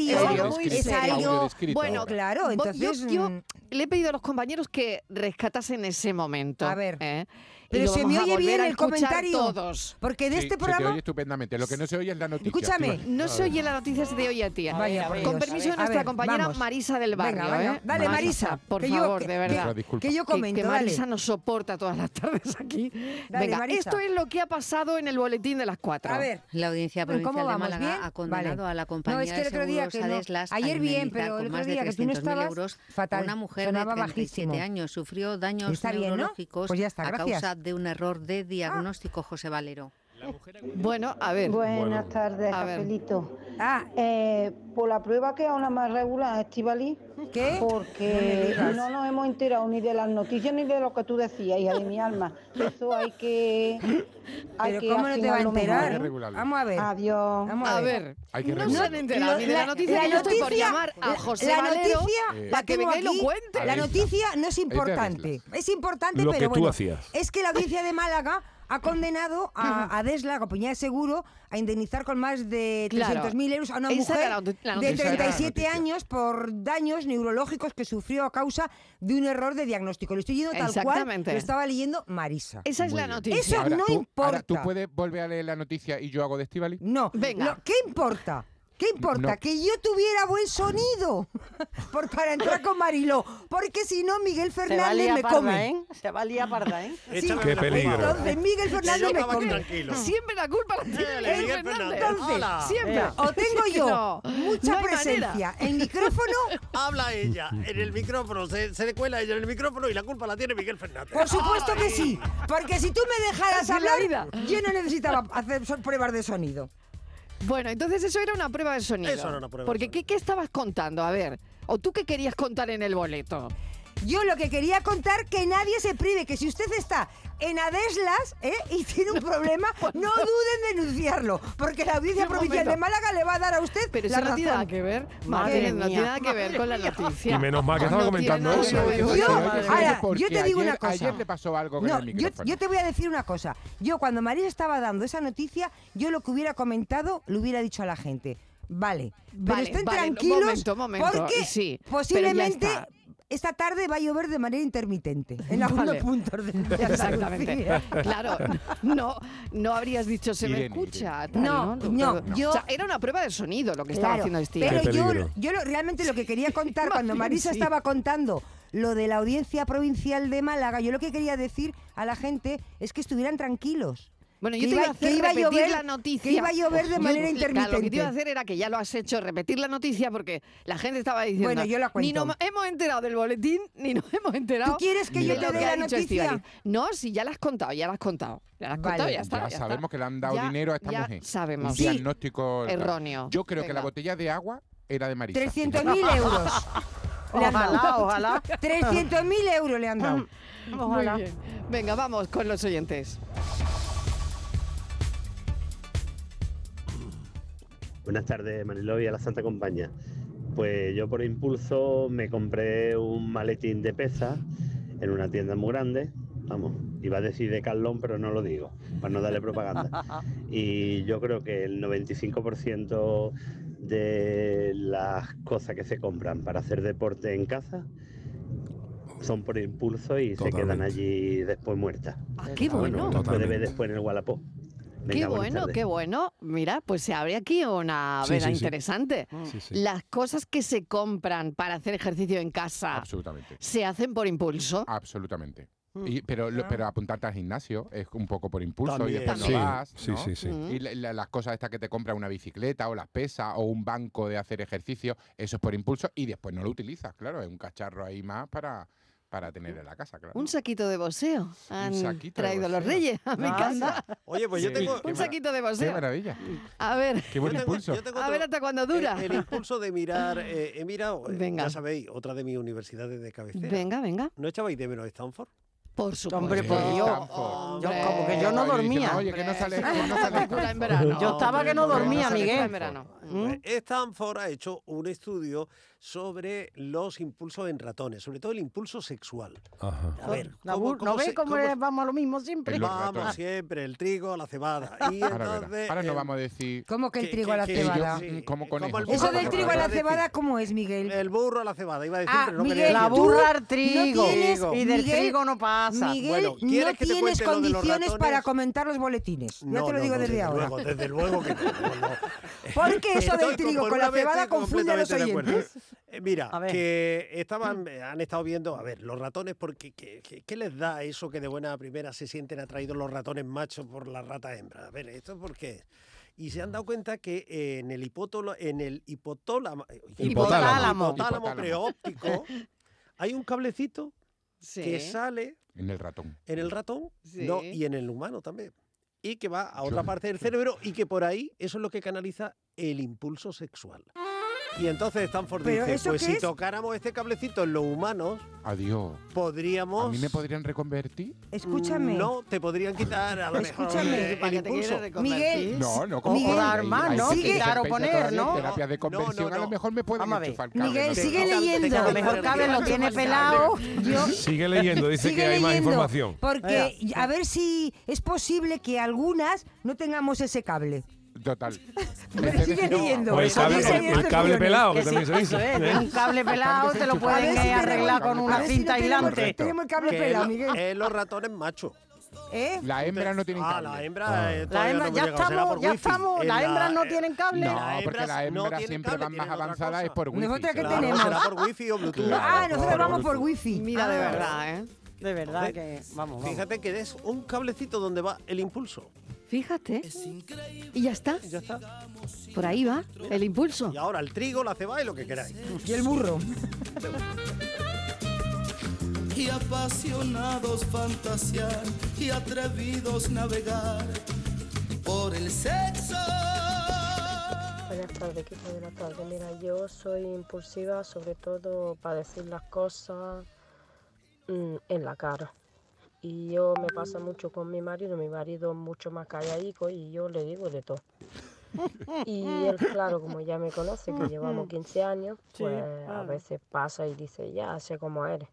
Speaker 1: muy
Speaker 10: es
Speaker 1: serio.
Speaker 10: algo.
Speaker 1: Bueno,
Speaker 10: claro,
Speaker 1: vo- yo-
Speaker 10: entonces.
Speaker 1: yo,
Speaker 10: mm,
Speaker 1: le he pedido a los compañeros que rescatasen ese momento. ¿eh? A ver.
Speaker 10: Pero se me oye bien el comentario.
Speaker 1: Todos.
Speaker 10: Porque este
Speaker 6: Sí, Se te oye estupendamente. Lo que no se oye es la noticia.
Speaker 1: Escúchame,
Speaker 6: Tú-
Speaker 1: no
Speaker 6: A
Speaker 1: se
Speaker 6: ver.
Speaker 1: oye la noticia se te oye a ti. eh.
Speaker 10: Vaya, por
Speaker 1: Con
Speaker 10: Dios.
Speaker 1: permiso de
Speaker 10: A
Speaker 1: nuestra
Speaker 10: ver,
Speaker 1: compañera
Speaker 10: vamos.
Speaker 1: Marisa del Barrio.
Speaker 10: Venga, venga.
Speaker 1: ¿eh?
Speaker 10: Dale, Marisa,
Speaker 1: por
Speaker 10: que yo-
Speaker 1: favor,
Speaker 10: que-
Speaker 1: de verdad.
Speaker 10: Marisa, disculpa. que yo comento,
Speaker 1: Que, Marisa
Speaker 10: dale.
Speaker 1: nos soporta todas las tardes aquí.
Speaker 10: Dale,
Speaker 1: venga,
Speaker 10: Marisa.
Speaker 1: esto es lo que ha pasado en el boletín de las cuatro.
Speaker 10: A ver.
Speaker 18: La audiencia
Speaker 10: Bueno,
Speaker 18: provincial de
Speaker 10: ¿cómo vamos?
Speaker 18: Málaga
Speaker 10: ¿Bien?
Speaker 18: ha condenado
Speaker 10: Vale.
Speaker 18: a la
Speaker 10: No,
Speaker 18: compañía
Speaker 10: es que el
Speaker 18: de
Speaker 10: otro día
Speaker 18: seguros
Speaker 10: que no.
Speaker 18: Adeslas a
Speaker 10: Ayer bien,
Speaker 18: indemnizar
Speaker 10: pero el
Speaker 18: con
Speaker 10: otro
Speaker 18: más de
Speaker 10: día que tú no
Speaker 18: 300.000
Speaker 10: estabas,
Speaker 18: euros
Speaker 10: fatal.
Speaker 18: a una mujer
Speaker 10: Sonaba
Speaker 18: de 37
Speaker 10: bajísimo.
Speaker 18: años. Sufrió daños
Speaker 10: Está bien, ¿no?
Speaker 18: neurológicos
Speaker 10: Pues ya está,
Speaker 18: a
Speaker 10: gracias. Ah.
Speaker 18: causa de un error de diagnóstico, José Valero.
Speaker 1: Bueno, a ver.
Speaker 19: Buenas tardes, Cafelito.
Speaker 10: Ah.
Speaker 19: Eh, por la prueba que es una más regular, Estivali.
Speaker 10: ¿Qué?
Speaker 19: Porque
Speaker 10: No me digas.
Speaker 19: no nos hemos enterado ni de las noticias ni de lo que tú decías, hija de mi alma. Eso hay que. Hay
Speaker 10: Pero
Speaker 19: que
Speaker 10: ¿cómo no te va a
Speaker 19: afinarlo mejor,
Speaker 10: enterar?
Speaker 19: ¿eh?
Speaker 10: Hay que regularlo. Vamos a ver.
Speaker 19: Adiós.
Speaker 10: Vamos a A ver. ver.
Speaker 6: Hay que
Speaker 1: No se han
Speaker 6: regularlo.
Speaker 1: enterado ni de la noticia. que yo estoy por llamar a José
Speaker 10: la
Speaker 1: Valero
Speaker 10: noticia
Speaker 1: para que
Speaker 10: tengo
Speaker 1: venga y lo
Speaker 10: aquí.
Speaker 1: cuente.
Speaker 10: La noticia no es
Speaker 1: Vete a
Speaker 10: importante. Es importante,
Speaker 4: Lo
Speaker 10: pero
Speaker 4: que tú
Speaker 10: bueno,
Speaker 4: hacías.
Speaker 10: es que la audiencia de Málaga ha condenado a, a Desla, la compañía de seguro, a indemnizar con más de
Speaker 1: Claro.
Speaker 10: 300.000 euros a una
Speaker 1: Esa
Speaker 10: mujer
Speaker 1: era la noti-
Speaker 10: de
Speaker 1: la noticia.
Speaker 10: 37 años por daños neurológicos que sufrió a causa de un error de diagnóstico. Lo estoy diciendo tal cual,
Speaker 1: Exactamente.
Speaker 10: lo estaba leyendo Marisa.
Speaker 1: Esa es
Speaker 10: Muy
Speaker 1: la
Speaker 10: bien.
Speaker 1: noticia.
Speaker 10: Eso
Speaker 6: Ahora
Speaker 10: no
Speaker 6: tú-
Speaker 10: importa.
Speaker 6: Ahora, ¿tú puedes volver a leer la noticia y yo hago de Estivali?
Speaker 10: No. Lo- ¿Qué importa? ¿Qué importa?
Speaker 6: No.
Speaker 10: Que yo tuviera buen sonido por, para entrar con Mariló. Porque si no, Miguel Fernández
Speaker 7: liar
Speaker 10: me
Speaker 7: parda,
Speaker 10: come.
Speaker 7: ¿eh? Se va a liar parda, ¿eh?
Speaker 10: Sí,
Speaker 7: Qué peligro.
Speaker 10: Entonces, Miguel Fernández me come.
Speaker 1: Siempre la culpa la tiene
Speaker 10: Eh,
Speaker 1: Miguel
Speaker 10: Miguel
Speaker 1: Fernández.
Speaker 10: Entonces,
Speaker 1: Hola. siempre.
Speaker 10: o tengo
Speaker 1: Es que
Speaker 10: yo
Speaker 1: no.
Speaker 10: mucha
Speaker 1: No hay
Speaker 10: presencia
Speaker 1: manera.
Speaker 10: en micrófono,
Speaker 5: Habla ella en el micrófono, se, se le cuela ella en el micrófono y la culpa la tiene Miguel Fernández.
Speaker 10: por supuesto que sí. Porque si tú me dejaras
Speaker 1: Así es la vida.
Speaker 10: hablar, yo no necesitaba hacer so- pruebas de sonido.
Speaker 1: Bueno, entonces eso era una prueba de sonido.
Speaker 10: Eso era una prueba de
Speaker 1: Porque ¿qué, ¿qué estabas contando? A ver, ¿o tú qué querías contar en el boleto?
Speaker 10: Yo lo que quería contar que nadie se prive, que si usted está en Adeslas ¿eh? y tiene un problema, no duden en denunciarlo, porque la audiencia
Speaker 1: Un
Speaker 10: provincial
Speaker 1: momento.
Speaker 10: de Málaga le va a dar a usted
Speaker 1: Pero
Speaker 10: la
Speaker 1: eso no tiene nada
Speaker 10: razón.
Speaker 1: que ver.
Speaker 10: Madre
Speaker 1: Madre, no
Speaker 10: mía.
Speaker 1: tiene nada que ver con la noticia.
Speaker 4: Y menos mal que estaba
Speaker 1: No tiene
Speaker 4: comentando
Speaker 1: nada
Speaker 4: eso.
Speaker 1: que ver.
Speaker 4: Yo-
Speaker 10: Yo,
Speaker 4: Madre
Speaker 10: ahora,
Speaker 4: mía.
Speaker 10: yo te digo
Speaker 6: Porque
Speaker 10: una cosa.
Speaker 6: ayer- ayer le pasó algo con
Speaker 10: No,
Speaker 6: el
Speaker 10: yo,
Speaker 6: micrófono.
Speaker 10: yo te voy a decir una cosa. Yo cuando Marisa estaba dando esa noticia, yo lo que hubiera comentado, lo hubiera dicho a la gente. Vale, pero
Speaker 1: Vale,
Speaker 10: estén
Speaker 1: vale,
Speaker 10: tranquilos
Speaker 1: momento, momento,
Speaker 10: porque
Speaker 1: sí, pero ya
Speaker 10: posiblemente
Speaker 1: está.
Speaker 10: Esta tarde va a llover de manera intermitente en algunos
Speaker 1: Vale.
Speaker 10: puntos de de
Speaker 1: Exactamente.
Speaker 10: Andalucía.
Speaker 1: Claro, no, no habrías dicho se
Speaker 10: Irene,
Speaker 1: me escucha.
Speaker 10: Irene.
Speaker 1: tal,
Speaker 10: No, no,
Speaker 1: Todo-
Speaker 10: yo-
Speaker 1: o sea, era una prueba de sonido lo que estaba
Speaker 10: Claro,
Speaker 1: haciendo Steve.
Speaker 10: Pero yo, yo lo- realmente lo que quería contar, cuando
Speaker 1: Más bien,
Speaker 10: Marisa
Speaker 1: sí.
Speaker 10: estaba contando lo de la audiencia provincial de Málaga, yo lo que quería decir a la gente es que estuvieran tranquilos.
Speaker 1: Bueno,
Speaker 10: Que
Speaker 1: yo te iba, a hacer
Speaker 10: que iba a
Speaker 1: repetir
Speaker 10: llover-
Speaker 1: la noticia.
Speaker 10: Que iba a llover de
Speaker 1: Yo-
Speaker 10: manera
Speaker 1: claro,
Speaker 10: intermitente.
Speaker 1: lo que te iba a hacer era que ya lo has hecho, repetir la noticia, porque la gente estaba diciendo.
Speaker 10: Bueno, yo la
Speaker 1: Ni
Speaker 10: cuento.
Speaker 1: nos hemos enterado del boletín, ni nos hemos enterado.
Speaker 10: ¿Tú quieres que
Speaker 1: de
Speaker 10: yo
Speaker 1: lo
Speaker 10: te dé
Speaker 1: ha
Speaker 10: la
Speaker 1: dicho
Speaker 10: noticia?
Speaker 1: Estíbaliz. No, si ya la has contado, ya la has contado. Ya la has contado, ya Pues está.
Speaker 6: Ya
Speaker 1: está.
Speaker 6: sabemos que le han dado
Speaker 1: Ya-
Speaker 6: dinero a esta
Speaker 1: ya
Speaker 6: mujer.
Speaker 1: sabemos.
Speaker 6: Un
Speaker 1: Sí.
Speaker 6: diagnóstico
Speaker 1: Erróneo.
Speaker 6: Yo creo que
Speaker 1: Venga.
Speaker 6: la botella de agua era de Marisa.
Speaker 10: 300.000 euros. Le han dado.
Speaker 7: Ojalá, ojalá.
Speaker 10: 300.000 euros le han dado.
Speaker 1: Mm, Muy bien. Venga, vamos con los oyentes.
Speaker 20: Buenas tardes, Manilo y a la Santa Compañía. Pues yo por impulso me compré un maletín de pesas en una tienda muy grande. Vamos, iba a decir de Carlón, pero no lo digo, para no darle propaganda. Y yo creo que el 95% de las cosas que se compran para hacer deporte en casa son por impulso y se quedan allí después muertas.
Speaker 1: Ah, qué bueno.
Speaker 20: Las puede ver después en el Wallapop.
Speaker 1: qué
Speaker 20: Venga, buenas
Speaker 1: bueno,
Speaker 20: tardes.
Speaker 1: qué bueno. Mira, pues se abre aquí una
Speaker 20: Sí,
Speaker 1: veda
Speaker 20: sí, sí.
Speaker 1: interesante.
Speaker 20: Sí, sí.
Speaker 1: Las cosas que se compran para hacer ejercicio en casa
Speaker 6: Absolutamente.
Speaker 1: se hacen por impulso.
Speaker 6: Absolutamente.
Speaker 1: Mm.
Speaker 6: Y- pero, lo- pero apuntarte al gimnasio es un poco por impulso
Speaker 4: También.
Speaker 6: y después no
Speaker 4: Sí,
Speaker 6: vas.
Speaker 4: sí,
Speaker 6: ¿no?
Speaker 4: sí, sí. Mm.
Speaker 6: Y la- la- las cosas estas que te compra una bicicleta o las pesas o un banco de hacer ejercicio, eso es por impulso y después no lo utilizas, claro. Es un cacharro ahí más para, para tener en la casa, claro.
Speaker 1: Un saquito de boseo han
Speaker 6: saquito de
Speaker 1: traído los
Speaker 6: boseo.
Speaker 1: reyes a mi
Speaker 6: Ah,
Speaker 1: casa.
Speaker 5: Oye, pues yo
Speaker 6: Sí,
Speaker 5: tengo.
Speaker 6: qué
Speaker 1: Un saquito de
Speaker 6: Qué
Speaker 1: boseo.
Speaker 6: maravilla.
Speaker 1: A ver.
Speaker 6: Qué buen
Speaker 5: Yo tengo-
Speaker 6: impulso.
Speaker 5: yo tengo
Speaker 1: A ver hasta cuándo dura.
Speaker 5: El, el impulso de mirar, eh, he mirado, eh,
Speaker 1: Venga.
Speaker 5: ya sabéis, otra de mis universidades de cabecera.
Speaker 1: Venga, venga.
Speaker 5: ¿No echabais de menos Stanford?
Speaker 1: Por supuesto.
Speaker 5: Hombre, por
Speaker 1: Sí,
Speaker 5: Dios.
Speaker 1: Stanford.
Speaker 5: Yo- como
Speaker 7: que yo no
Speaker 5: Hombre,
Speaker 7: dormía.
Speaker 5: oye, que no sale- que no
Speaker 1: sale Stanford. en verano.
Speaker 7: Yo estaba que no
Speaker 1: Hombre,
Speaker 7: dormía,
Speaker 1: no sale
Speaker 7: Miguel.
Speaker 1: en verano.
Speaker 5: Pues Stanford ha hecho un estudio sobre los impulsos en ratones, sobre todo el impulso sexual. A ver,
Speaker 7: Nabur, ¿no ves
Speaker 5: se-
Speaker 7: cómo,
Speaker 5: cómo
Speaker 7: es- vamos a lo mismo siempre? Ah.
Speaker 5: Vamos siempre, el trigo, la cebada. Y
Speaker 6: Ahora verás.
Speaker 5: entonces,
Speaker 6: Ahora no
Speaker 5: el-
Speaker 6: vamos a decir.
Speaker 10: ¿Cómo que el trigo a la
Speaker 6: que
Speaker 10: cebada?
Speaker 6: yo, mm, como conejo.
Speaker 5: el
Speaker 10: Eso
Speaker 5: burro
Speaker 10: del
Speaker 5: la
Speaker 10: trigo a la
Speaker 5: cebada, decir.
Speaker 10: cebada, ¿cómo es, Miguel?
Speaker 5: El burro a la cebada, iba a decir,
Speaker 10: Ah,
Speaker 5: pero no
Speaker 10: Miguel,
Speaker 5: quería
Speaker 7: la
Speaker 5: decirlo.
Speaker 7: burra al
Speaker 10: no
Speaker 7: trigo.
Speaker 10: tienes-
Speaker 7: y del
Speaker 10: Miguel-
Speaker 7: trigo no pasa.
Speaker 10: Miguel,
Speaker 5: Bueno, ¿quieres
Speaker 10: no
Speaker 5: que te
Speaker 10: tienes
Speaker 5: cuente lo de los
Speaker 10: condiciones
Speaker 5: ratones?
Speaker 10: para comentar los boletines. Ya
Speaker 5: No,
Speaker 10: te lo
Speaker 5: no,
Speaker 10: digo
Speaker 5: no,
Speaker 10: desde
Speaker 5: desde
Speaker 10: ahora.
Speaker 5: luego, desde luego que no,
Speaker 10: Porque eso
Speaker 5: Estoy
Speaker 10: del trigo
Speaker 5: por
Speaker 10: con
Speaker 5: una
Speaker 10: la
Speaker 5: vez
Speaker 10: cebada
Speaker 5: estoy
Speaker 10: confunde a los
Speaker 5: completamente de acuerdo.
Speaker 10: oyentes.
Speaker 5: Eh, Mira, que estaban, eh, han estado viendo, a ver, los ratones, porque ¿qué, qué, qué les da eso que de buena primera se sienten atraídos los ratones machos por la rata hembra? A ver, ¿esto por qué? Y se han dado cuenta que eh, en el hipótolo, en el hipotálamo,
Speaker 6: Hipotálamo.
Speaker 5: hipotálamo
Speaker 6: Hipotálamo.
Speaker 5: preóptico, hay un cablecito que
Speaker 6: Sí.
Speaker 5: sale
Speaker 6: En el ratón.
Speaker 5: en el ratón no,
Speaker 6: Sí.
Speaker 5: y en el humano también. Y que va a otra parte del cerebro y que por ahí eso es lo que canaliza el impulso sexual. Y entonces Stanford
Speaker 6: ¿Pero
Speaker 5: dice,
Speaker 6: eso
Speaker 5: pues
Speaker 6: qué
Speaker 5: si
Speaker 6: es?
Speaker 5: tocáramos este cablecito en los humanos,
Speaker 6: Adiós.
Speaker 5: podríamos...
Speaker 6: ¿A mí me podrían reconvertir?
Speaker 10: Escúchame.
Speaker 5: No, te podrían quitar a lo mejor
Speaker 10: Escúchame.
Speaker 5: el impulso.
Speaker 10: Miguel.
Speaker 6: No, no, como
Speaker 10: Miguel,
Speaker 6: hay-
Speaker 10: dar
Speaker 6: hay
Speaker 10: más, ¿no?
Speaker 6: terapias
Speaker 10: Quitar o
Speaker 6: de
Speaker 10: poner,
Speaker 6: todavía,
Speaker 10: ¿no?
Speaker 6: Terapias de conversión a lo mejor me pueden
Speaker 10: Vamos a ver.
Speaker 6: enchufar cable,
Speaker 10: Miguel,
Speaker 6: no sé.
Speaker 10: sigue leyendo.
Speaker 7: A lo mejor Carmen lo tiene pelado.
Speaker 10: Yo-
Speaker 4: Sigue leyendo, dice
Speaker 10: Sigue
Speaker 4: que hay más
Speaker 10: leyendo,
Speaker 4: información.
Speaker 10: Porque a ver si es posible que algunas no tengamos ese cable.
Speaker 6: Total.
Speaker 10: Pero sigue leyendo.
Speaker 6: pues,
Speaker 10: Eso
Speaker 4: O el cable-
Speaker 10: dice
Speaker 4: el-
Speaker 10: ahí
Speaker 4: el
Speaker 10: en
Speaker 4: cable
Speaker 10: opciones.
Speaker 4: pelado, que Que sí, también se eso dice, es, ¿eh?
Speaker 7: un cable pelado te lo pueden,
Speaker 10: A ver si
Speaker 7: eh, arreglar con una
Speaker 10: a ver si
Speaker 7: cinta
Speaker 10: no tenemos-
Speaker 7: aislante.
Speaker 10: Tenemos el cable
Speaker 5: Que
Speaker 10: pelado,
Speaker 5: lo-
Speaker 10: Miguel.
Speaker 5: eh, los ratones machos.
Speaker 10: ¿Eh?
Speaker 6: La hembra no tiene
Speaker 5: Ah,
Speaker 6: cable.
Speaker 5: la hembra... eh,
Speaker 7: La
Speaker 5: todavía
Speaker 7: hembra,
Speaker 5: no
Speaker 7: ya
Speaker 5: hemos llegado, será
Speaker 7: estamos,
Speaker 5: por
Speaker 7: ya
Speaker 5: wifi.
Speaker 7: estamos.
Speaker 5: Eh,
Speaker 7: Las
Speaker 5: la-
Speaker 7: hembras no tienen cable.
Speaker 6: No, porque las
Speaker 5: no
Speaker 6: hembras
Speaker 5: tienen
Speaker 6: siempre
Speaker 5: cable,
Speaker 6: van más
Speaker 5: tienen otra
Speaker 6: avanzadas es por wifi.
Speaker 7: ¿Nosotras qué
Speaker 6: claro.
Speaker 7: tenemos?
Speaker 5: será por wifi o Bluetooth.
Speaker 6: Claro,
Speaker 10: Ah, nosotros
Speaker 6: claro.
Speaker 10: vamos por wifi.
Speaker 1: Mira, de
Speaker 10: Ah.
Speaker 1: verdad, ¿eh?
Speaker 7: De verdad que.
Speaker 5: Entonces,
Speaker 7: Vamos, vamos.
Speaker 5: Fíjate que es un cablecito donde va el impulso.
Speaker 1: Fíjate. Y ya está.
Speaker 5: Ya está.
Speaker 1: Por ahí va el impulso.
Speaker 5: Y ahora el trigo, la cebada y lo que queráis.
Speaker 10: Y el burro.
Speaker 21: y apasionados fantasear y atrevidos navegar por el sexo.
Speaker 22: Buenas tardes, equipo de la tarde. Mira, yo soy impulsiva, sobre todo para decir las cosas mm, en la cara. Y yo me pasa mucho con mi marido, mi marido es mucho más calladico y yo le digo de todo. Y él, claro, como ya me conoce, que llevamos 15 años,
Speaker 23: Sí,
Speaker 22: pues a
Speaker 23: claro.
Speaker 22: veces pasa y dice, ya sé cómo eres.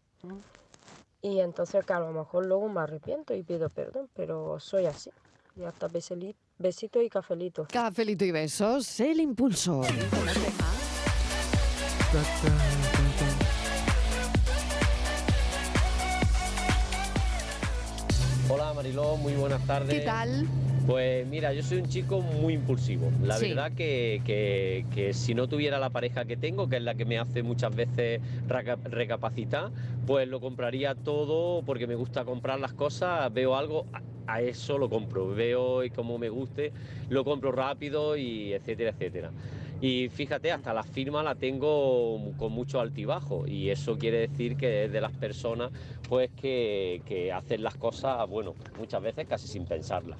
Speaker 22: Y entonces que a lo mejor luego me arrepiento y pido perdón, pero soy así. Y hasta beseli- besitos y cafelitos.
Speaker 1: Cafelito y besos, el impulso.
Speaker 3: Mariló, muy buenas tardes.
Speaker 1: ¿Qué tal?
Speaker 3: Pues mira, yo soy un chico muy impulsivo. La
Speaker 1: Sí.
Speaker 3: verdad que, que- que si no tuviera la pareja que tengo, que es la que me hace muchas veces raca- recapacitar, pues lo compraría todo porque me gusta comprar las cosas, veo algo, a, a eso lo compro, veo y como me guste, lo compro rápido y etcétera, etcétera. Y fíjate, hasta la firma la tengo con mucho altibajo y eso quiere decir que es de las personas pues que, que hacen las cosas, bueno, muchas veces casi sin pensarlas.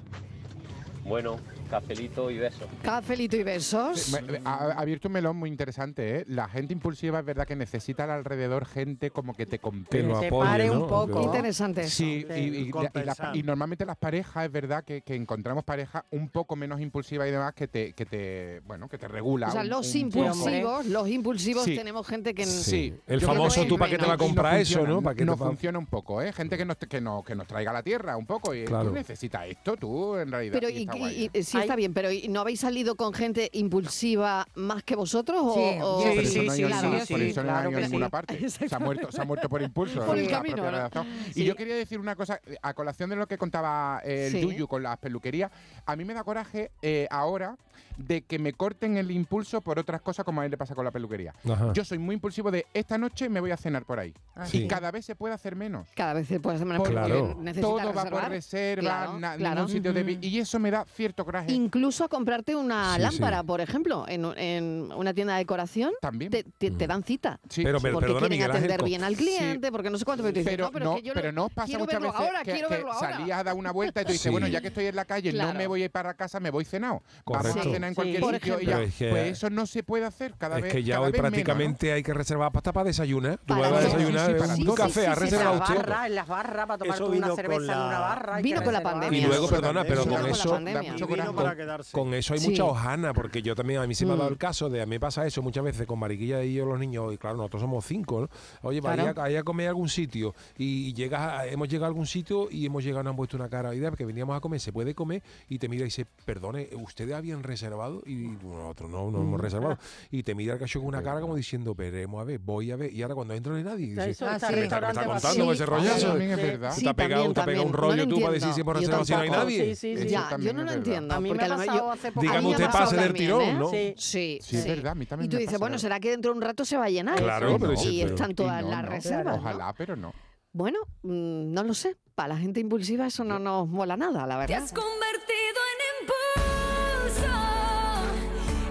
Speaker 3: Bueno, cafelito y besos.
Speaker 1: Cafelito y besos.
Speaker 6: Me- Ha, ha abierto un melón muy interesante, ¿eh? La gente impulsiva es verdad que necesita al alrededor gente como que te
Speaker 4: Que
Speaker 6: compete.
Speaker 4: lo Que te apoye, pare un ¿no? poco.
Speaker 1: Interesante eso.
Speaker 6: Sí,
Speaker 1: Sí.
Speaker 6: y, y- y- y la-
Speaker 1: Compensar.
Speaker 6: y normalmente las parejas, es verdad que, que encontramos parejas un poco menos impulsivas y demás que te, que te bueno, que te regula.
Speaker 1: O sea,
Speaker 6: un-
Speaker 1: los
Speaker 6: un poco.
Speaker 1: impulsivos, los impulsivos
Speaker 6: Sí.
Speaker 1: tenemos gente que...
Speaker 6: Sí,
Speaker 4: El
Speaker 6: yo creo
Speaker 4: famoso,
Speaker 6: que-
Speaker 4: "¿Tú pa' qué te va a
Speaker 6: y nos
Speaker 4: comprar eso,
Speaker 6: funciona,
Speaker 4: no? ¿Pa' qué
Speaker 6: nos
Speaker 4: te va-"
Speaker 6: funciona un poco, ¿eh? Gente que nos, que nos, que nos traiga a la tierra un poco. Y, eh,
Speaker 4: Claro.
Speaker 6: Tú necesitas esto, tú, en realidad.
Speaker 1: Pero
Speaker 6: y
Speaker 1: y,
Speaker 6: está
Speaker 1: y-
Speaker 6: guay,
Speaker 1: y-
Speaker 6: ¿eh?
Speaker 1: sí está bien, pero ¿y ¿no habéis salido con gente impulsiva más que vosotros? o-
Speaker 6: Sí,
Speaker 1: o-
Speaker 6: sí, Pero eso sí, no hay sí, ninguna- sí, por sí, eso no hay claro que ninguna sí. parte.
Speaker 1: Exacto.
Speaker 6: Se ha muerto- se ha muerto por impulso,
Speaker 1: Por el
Speaker 6: la
Speaker 1: camino.
Speaker 6: propia
Speaker 1: ¿no?
Speaker 6: redacción.
Speaker 1: Sí.
Speaker 6: Y yo quería decir una cosa, eh, a colación de lo que contaba eh, el
Speaker 1: Sí.
Speaker 6: Yuyu con las peluquerías, a mí me da coraje eh, ahora de que me corten el impulso por otras cosas como a él le pasa con la peluquería.
Speaker 4: Ajá.
Speaker 6: Yo soy muy impulsivo de esta noche me voy a cenar por ahí.
Speaker 1: Ah,
Speaker 6: Y
Speaker 1: sí.
Speaker 6: cada vez se puede hacer menos.
Speaker 1: Cada vez se puede hacer menos
Speaker 6: Porque
Speaker 1: porque necesitas
Speaker 6: todo va por
Speaker 1: reservar.
Speaker 6: reserva,
Speaker 1: Claro,
Speaker 6: na-
Speaker 1: claro.
Speaker 6: ningún sitio de vi- Y eso me da cierto coraje.
Speaker 1: Incluso a comprarte una
Speaker 6: Sí,
Speaker 1: lámpara,
Speaker 6: sí.
Speaker 1: por ejemplo, en, en una tienda de decoración,
Speaker 6: También.
Speaker 1: Te, te- te dan cita.
Speaker 6: Sí. Mm. Pero- pero
Speaker 1: porque
Speaker 6: perdona,
Speaker 1: quieren
Speaker 6: Miguel Ángel,
Speaker 1: atender
Speaker 6: co-
Speaker 1: bien al
Speaker 6: sí.
Speaker 1: cliente, porque no sé cuánto, pero te dicen,
Speaker 6: pero,
Speaker 1: no, pero
Speaker 6: no,
Speaker 1: es que yo
Speaker 6: pero
Speaker 1: lo-
Speaker 6: no os pasa
Speaker 1: quiero
Speaker 6: muchas
Speaker 1: verlo
Speaker 6: veces
Speaker 1: ahora,
Speaker 6: que,
Speaker 1: quiero
Speaker 6: que
Speaker 1: verlo ahora.
Speaker 6: salías a dar una vuelta y tú dices,
Speaker 4: Sí.
Speaker 6: bueno, ya que estoy en la calle,
Speaker 1: Claro.
Speaker 6: no me voy a ir para casa, me voy cenado. Vamos
Speaker 4: Correcto.
Speaker 6: a cenar en
Speaker 4: Sí.
Speaker 6: cualquier
Speaker 4: Por
Speaker 6: sitio y
Speaker 4: ejemplo.
Speaker 6: ya.
Speaker 4: Pero es que-
Speaker 6: pues eso no se puede hacer cada
Speaker 4: Es
Speaker 6: vez
Speaker 4: que ya
Speaker 6: cada
Speaker 4: hoy
Speaker 6: vez menos, ¿no?
Speaker 4: prácticamente hay que reservar pasta para desayunar. Tú
Speaker 6: Para
Speaker 4: vas a
Speaker 6: todo. Sí,
Speaker 4: desayunar,
Speaker 6: sí, para
Speaker 4: un
Speaker 6: todo.
Speaker 4: café,
Speaker 6: Sí, sí,
Speaker 4: has
Speaker 6: sí,
Speaker 4: reservado
Speaker 7: las
Speaker 4: tú.
Speaker 7: barras, en las barras, para tomarte
Speaker 5: Eso
Speaker 7: una
Speaker 5: vino
Speaker 7: cerveza
Speaker 5: con
Speaker 7: en una
Speaker 5: la-
Speaker 7: barra. hay
Speaker 1: Vino
Speaker 7: que
Speaker 1: con la
Speaker 7: reservar.
Speaker 4: Y
Speaker 1: pandemia.
Speaker 4: luego, perdona, pero
Speaker 1: Vino
Speaker 4: con
Speaker 1: con la
Speaker 4: eso,
Speaker 1: pandemia.
Speaker 5: Y vino para quedarse.
Speaker 4: con eso hay
Speaker 5: Sí.
Speaker 4: mucha hojana, porque yo también, a mí se me ha dado
Speaker 5: Mm.
Speaker 4: el caso de, a mí me pasa eso muchas veces con Mariquilla y yo los niños, y claro, nosotros somos cinco, ¿no? Oye, para
Speaker 5: Claro.
Speaker 4: ir a, a ir a comer a algún sitio, y llegas, a- hemos llegado a algún sitio y hemos llegado, nos han puesto una cara, idea que veníamos a comer, se puede comer, y te mira y dice, perdone, ¿ustedes habían reservado? Y nosotros no, no hemos reservado. Y te mira el cacho con una cara como diciendo, veremos a ver, voy a ver, y ahora cuando entro no hay nadie, dice,
Speaker 7: Eso está
Speaker 4: "¿Qué me está, me está
Speaker 7: restaurante
Speaker 4: contando
Speaker 7: vacío".
Speaker 4: ese
Speaker 7: Sí,
Speaker 4: rollazo.
Speaker 7: eso también es
Speaker 1: verdad.
Speaker 4: Te
Speaker 1: Sí,
Speaker 4: ha pegado, te ha
Speaker 1: también,
Speaker 4: pegado un
Speaker 1: también. No
Speaker 4: rollo
Speaker 1: lo
Speaker 4: tú para
Speaker 1: entiendo.
Speaker 4: decir si hemos
Speaker 1: Yo
Speaker 4: reservado si no hay
Speaker 1: tampoco.
Speaker 4: nadie.
Speaker 1: Sí, sí, sí. Ya, yo no lo entiendo.
Speaker 7: A mí
Speaker 1: porque
Speaker 7: me ha
Speaker 1: además
Speaker 7: pasado
Speaker 1: yo-
Speaker 7: hace poco-
Speaker 4: Dígame
Speaker 7: a mí me
Speaker 4: usted
Speaker 7: ha pasado
Speaker 4: pase del
Speaker 7: también,
Speaker 4: tirón,
Speaker 7: ¿eh?
Speaker 4: ¿no?
Speaker 7: Sí.
Speaker 1: Sí,
Speaker 6: Sí, es verdad, a mí también
Speaker 1: Y tú
Speaker 6: me
Speaker 1: dices,
Speaker 6: pasa
Speaker 1: bueno,
Speaker 6: eso.
Speaker 1: ¿será que dentro de un rato se va a llenar?
Speaker 6: Claro,
Speaker 1: Eso,
Speaker 6: pero
Speaker 1: ¿no?
Speaker 6: sí,
Speaker 1: Y
Speaker 6: pero-
Speaker 1: están
Speaker 6: y
Speaker 1: todas
Speaker 6: no,
Speaker 1: las
Speaker 6: no.
Speaker 1: reservas. ¿no?
Speaker 6: Ojalá, pero no.
Speaker 1: Bueno, mm, no lo sé. Para la gente impulsiva eso no nos mola nada, la
Speaker 8: Te
Speaker 1: verdad.
Speaker 8: has convertido en impulso,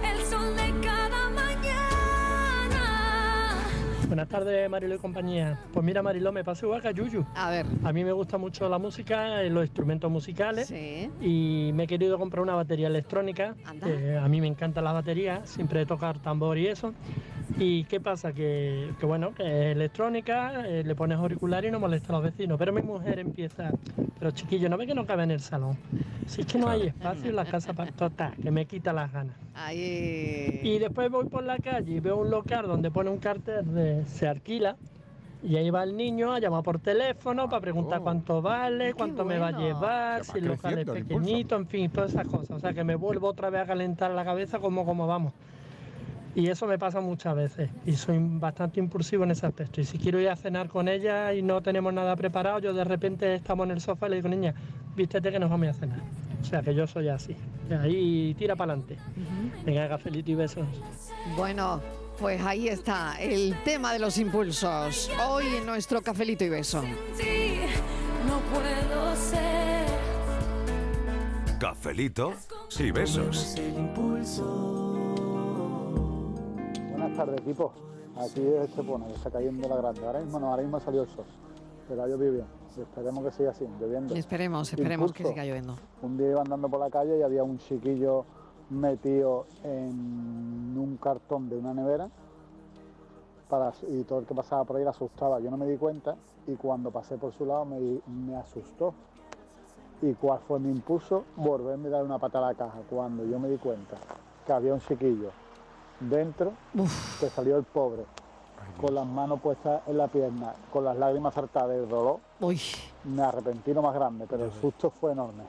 Speaker 8: el sol de cada mañana.
Speaker 23: Buenas tardes, Marilo y compañía. Pues mira, Marilo, me pasó igual que a Yuyu.
Speaker 1: A ver.
Speaker 23: A mí me gusta mucho la música, eh, los instrumentos musicales. Y me he querido comprar una batería electrónica. Eh, a mí me encantan las baterías, siempre tocar tambor y eso. ¿Y qué pasa? Que, que bueno, que es electrónica, eh, le pones auricular y no molesta a los vecinos. Pero mi mujer empieza, pero chiquillo, no ve que no cabe en el salón. Si es que no hay espacio en la casa para total, que me quita las ganas. Y después voy por la calle y veo un local donde pone un cartel de se alquila. Y ahí va el niño a llamar por teléfono para preguntar cuánto vale, cuánto me va a llevar, si el local es
Speaker 6: creciendo el impulso.
Speaker 23: pequeñito, en fin, todas esas cosas. O sea que me vuelvo otra vez a calentar la cabeza como, como vamos. Y eso me pasa muchas veces. Y soy bastante impulsivo en ese aspecto. Y si quiero ir a cenar con ella y no tenemos nada preparado, yo de repente estamos en el sofá y le digo, niña, vístete que nos vamos a cenar. O sea que yo soy así. De ahí tira para adelante. Venga, cafelito y besos.
Speaker 1: Bueno, pues ahí está el tema de los impulsos. Hoy en nuestro cafelito y beso.
Speaker 8: Sí, no puedo ser.
Speaker 9: Cafelito y besos.
Speaker 24: Buenas tardes, equipo. Aquí es Estepona, que está cayendo la grande. Ahora mismo no, ahora mismo salió el sol. Pero ha llovido bien. Y esperemos que siga así, lloviendo.
Speaker 1: Esperemos, esperemos que
Speaker 24: Impulso.
Speaker 1: siga lloviendo.
Speaker 24: Un día iba andando por la calle y había un chiquillo metido en un cartón de una nevera para, y todo el que pasaba por ahí le asustaba. Yo no me di cuenta y cuando pasé por su lado me, di- me asustó. ¿Y cuál fue mi impulso? Volverme a dar una patada a la caja cuando yo me di cuenta que había un chiquillo dentro que salió el pobre con las manos puestas en la pierna, con las lágrimas saltadas del dolor. Me arrepentí lo más grande, pero el susto fue enorme.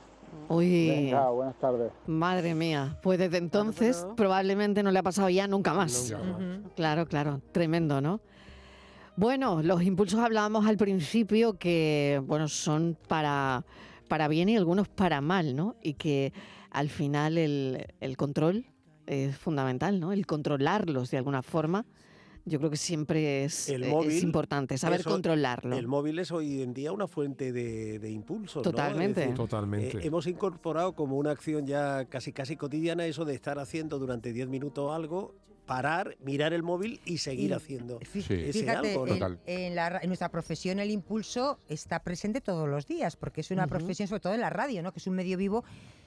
Speaker 1: Uy.
Speaker 24: Venga, buenas tarades.
Speaker 1: Madre mía, pues desde entonces probablemente no le ha pasado ya nunca más.
Speaker 24: Nunca más.
Speaker 1: Claro, claro, tremendo, ¿no? Bueno, los impulsos hablábamos al principio que, bueno, son para para bien y algunos para mal, ¿no? Y que al final el, el control es fundamental, ¿no? El controlarlos de alguna forma, yo creo que siempre es,
Speaker 5: El
Speaker 1: eh, es
Speaker 5: móvil,
Speaker 1: importante, saber
Speaker 5: eso-
Speaker 1: controlarlo.
Speaker 5: El móvil es hoy en día una fuente de, de impulso. ¿no?
Speaker 1: Totalmente.
Speaker 5: Es decir,
Speaker 4: Totalmente.
Speaker 5: eh, hemos incorporado como una acción ya casi casi cotidiana eso de estar haciendo durante 10 minutos algo, parar, mirar el móvil y seguir
Speaker 10: Y
Speaker 5: haciendo
Speaker 10: fí-
Speaker 5: ese
Speaker 10: Fíjate,
Speaker 5: algo. ¿no?
Speaker 7: eh,
Speaker 10: en, en la ra- en nuestra profesión el impulso está presente todos los días, porque es una
Speaker 5: Ujú.
Speaker 10: profesión, sobre todo en la radio, ¿no? que es un medio vivo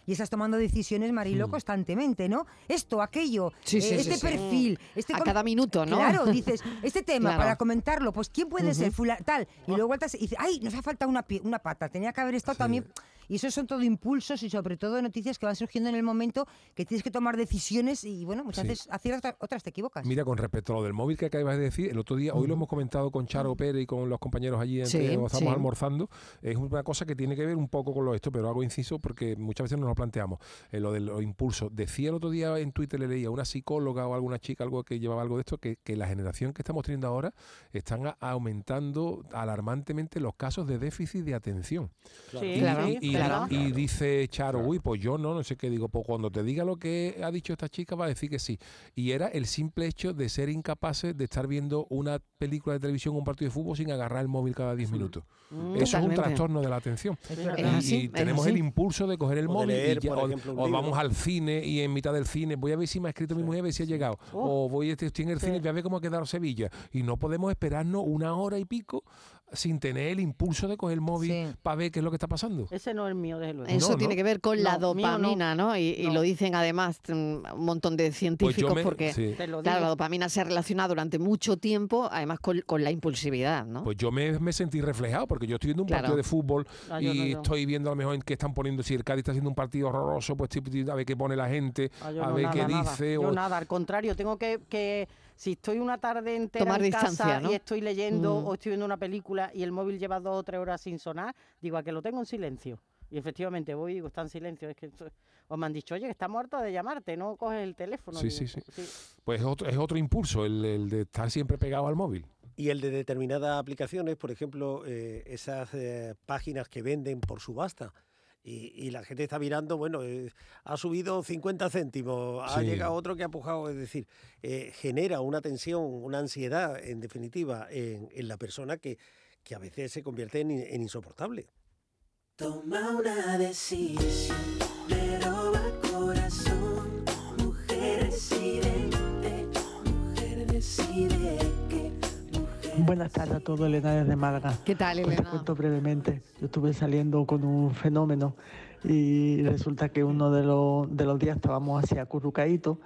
Speaker 10: y estás tomando decisiones, Marilo, constantemente, ¿no? Esto, aquello,
Speaker 1: Mm. Sí,
Speaker 10: eh,
Speaker 1: sí, sí,
Speaker 10: este
Speaker 1: sí.
Speaker 10: perfil. Este
Speaker 1: A
Speaker 10: com-
Speaker 1: cada minuto, ¿no?
Speaker 10: Claro, dices, este tema
Speaker 1: Claro.
Speaker 10: para comentarlo, pues ¿quién puede ser?
Speaker 1: Ujú.
Speaker 10: Fula, tal. Y luego vueltas y dices, ay, nos ha faltado una, pie- una pata, tenía que haber estado también... Y esos son todo impulsos y sobre todo noticias que van surgiendo en el momento que tienes que tomar decisiones y bueno, muchas
Speaker 4: Sí.
Speaker 10: veces aciertas, otras te equivocas.
Speaker 4: Mira, con respecto a lo del móvil que acabas de decir, el otro día, hoy lo hemos comentado con Charo Pérez y con los compañeros allí, en
Speaker 10: Sí,
Speaker 4: que estamos
Speaker 10: sí.
Speaker 4: almorzando, es una cosa que tiene que ver un poco con lo esto, pero hago inciso porque muchas veces nos lo planteamos, eh, lo de los impulsos. Decía el otro día en Twitter, le leía a una psicóloga o alguna chica, algo que llevaba algo de esto, que, que la generación que estamos teniendo ahora están a- aumentando alarmantemente los casos de déficit de atención.
Speaker 9: Claro. Sí,
Speaker 4: y,
Speaker 9: claro,
Speaker 4: y- y-
Speaker 9: claro.
Speaker 4: y y dice Charo, uy, pues yo no, no sé qué. Digo, pues cuando te diga lo que ha dicho esta chica, va a decir que sí. Y era el simple hecho de ser incapaces de estar viendo una película de televisión, un partido de fútbol, sin agarrar el móvil cada 10 minutos.
Speaker 1: Mm,
Speaker 4: Eso es un
Speaker 1: totalmente.
Speaker 4: trastorno de la atención.
Speaker 1: Es
Speaker 4: Y-
Speaker 1: verdad.
Speaker 4: y
Speaker 1: Es así, es
Speaker 4: tenemos
Speaker 1: así.
Speaker 4: el impulso de coger el
Speaker 1: O de
Speaker 4: móvil. y
Speaker 1: leer,
Speaker 4: ya-
Speaker 1: por
Speaker 4: o-
Speaker 1: ejemplo, un
Speaker 4: o
Speaker 1: libro.
Speaker 4: vamos al cine y en mitad del cine voy a ver si me ha escrito mi mujer, a ver si ha llegado.
Speaker 1: Oh.
Speaker 4: O voy este- estoy en el cine voy a ver cómo ha quedado Sevilla. Y no podemos esperarnos una hora y pico sin tener el impulso de coger el móvil para ver qué es lo que está pasando.
Speaker 7: Ese no es mío, desde luego.
Speaker 1: Eso tiene que ver con la
Speaker 7: No, mío no.
Speaker 1: dopamina, ¿no? Y, y lo dicen además mm, un montón
Speaker 25: Pues
Speaker 1: de científicos
Speaker 4: me-
Speaker 1: porque
Speaker 4: sí. Te lo
Speaker 1: claro,
Speaker 4: digo.
Speaker 1: la dopamina se ha relacionado durante mucho tiempo, además con, con la impulsividad, ¿no?
Speaker 4: Pues yo me, me sentí reflejado porque yo estoy viendo un
Speaker 1: Claro.
Speaker 4: partido de fútbol
Speaker 1: No,
Speaker 4: y
Speaker 1: yo no, yo.
Speaker 4: estoy viendo a lo mejor en qué están poniendo. Si el Cádiz está haciendo un partido horroroso, pues estoy pidiendo a ver qué pone la gente,
Speaker 7: Ah, yo
Speaker 4: a
Speaker 7: no,
Speaker 4: ver
Speaker 7: nada,
Speaker 4: qué
Speaker 7: nada.
Speaker 4: dice.
Speaker 7: Yo
Speaker 4: o-
Speaker 7: nada, al contrario, tengo que, que- si estoy una tarde entera
Speaker 1: Tomar
Speaker 7: en casa
Speaker 1: distancia, ¿no?
Speaker 7: y estoy leyendo
Speaker 1: Mm.
Speaker 7: o estoy viendo una película y el móvil lleva dos o tres horas sin sonar, digo a que lo tengo en silencio. Y efectivamente voy y digo, está en silencio. Es que esto- o me han dicho, oye, que está muerta de llamarte, no coges el teléfono.
Speaker 4: Sí,
Speaker 7: Digo,
Speaker 4: sí, sí. Pues es otro, es otro impulso el, el de estar siempre pegado al móvil.
Speaker 5: Y el de determinadas aplicaciones, por ejemplo, eh, esas eh, páginas que venden por subasta. Y, y la gente está mirando, bueno, eh, ha subido 50 céntimos, ha
Speaker 4: Sí.
Speaker 5: llegado otro que ha pujado. Es decir, eh, genera una tensión, una ansiedad, en definitiva, en, en la persona que, que a veces se convierte en, in- en insoportable.
Speaker 9: Toma una decisión, me roba corazón. Mujer residente, mujer decide que.
Speaker 25: Buenas tardes a todos, Elena desde Málaga.
Speaker 1: ¿Qué tal,
Speaker 25: Pues te cuento brevemente. Yo estuve saliendo con un fenómeno y resulta que uno de los, de los días estábamos hacia acurrucaditos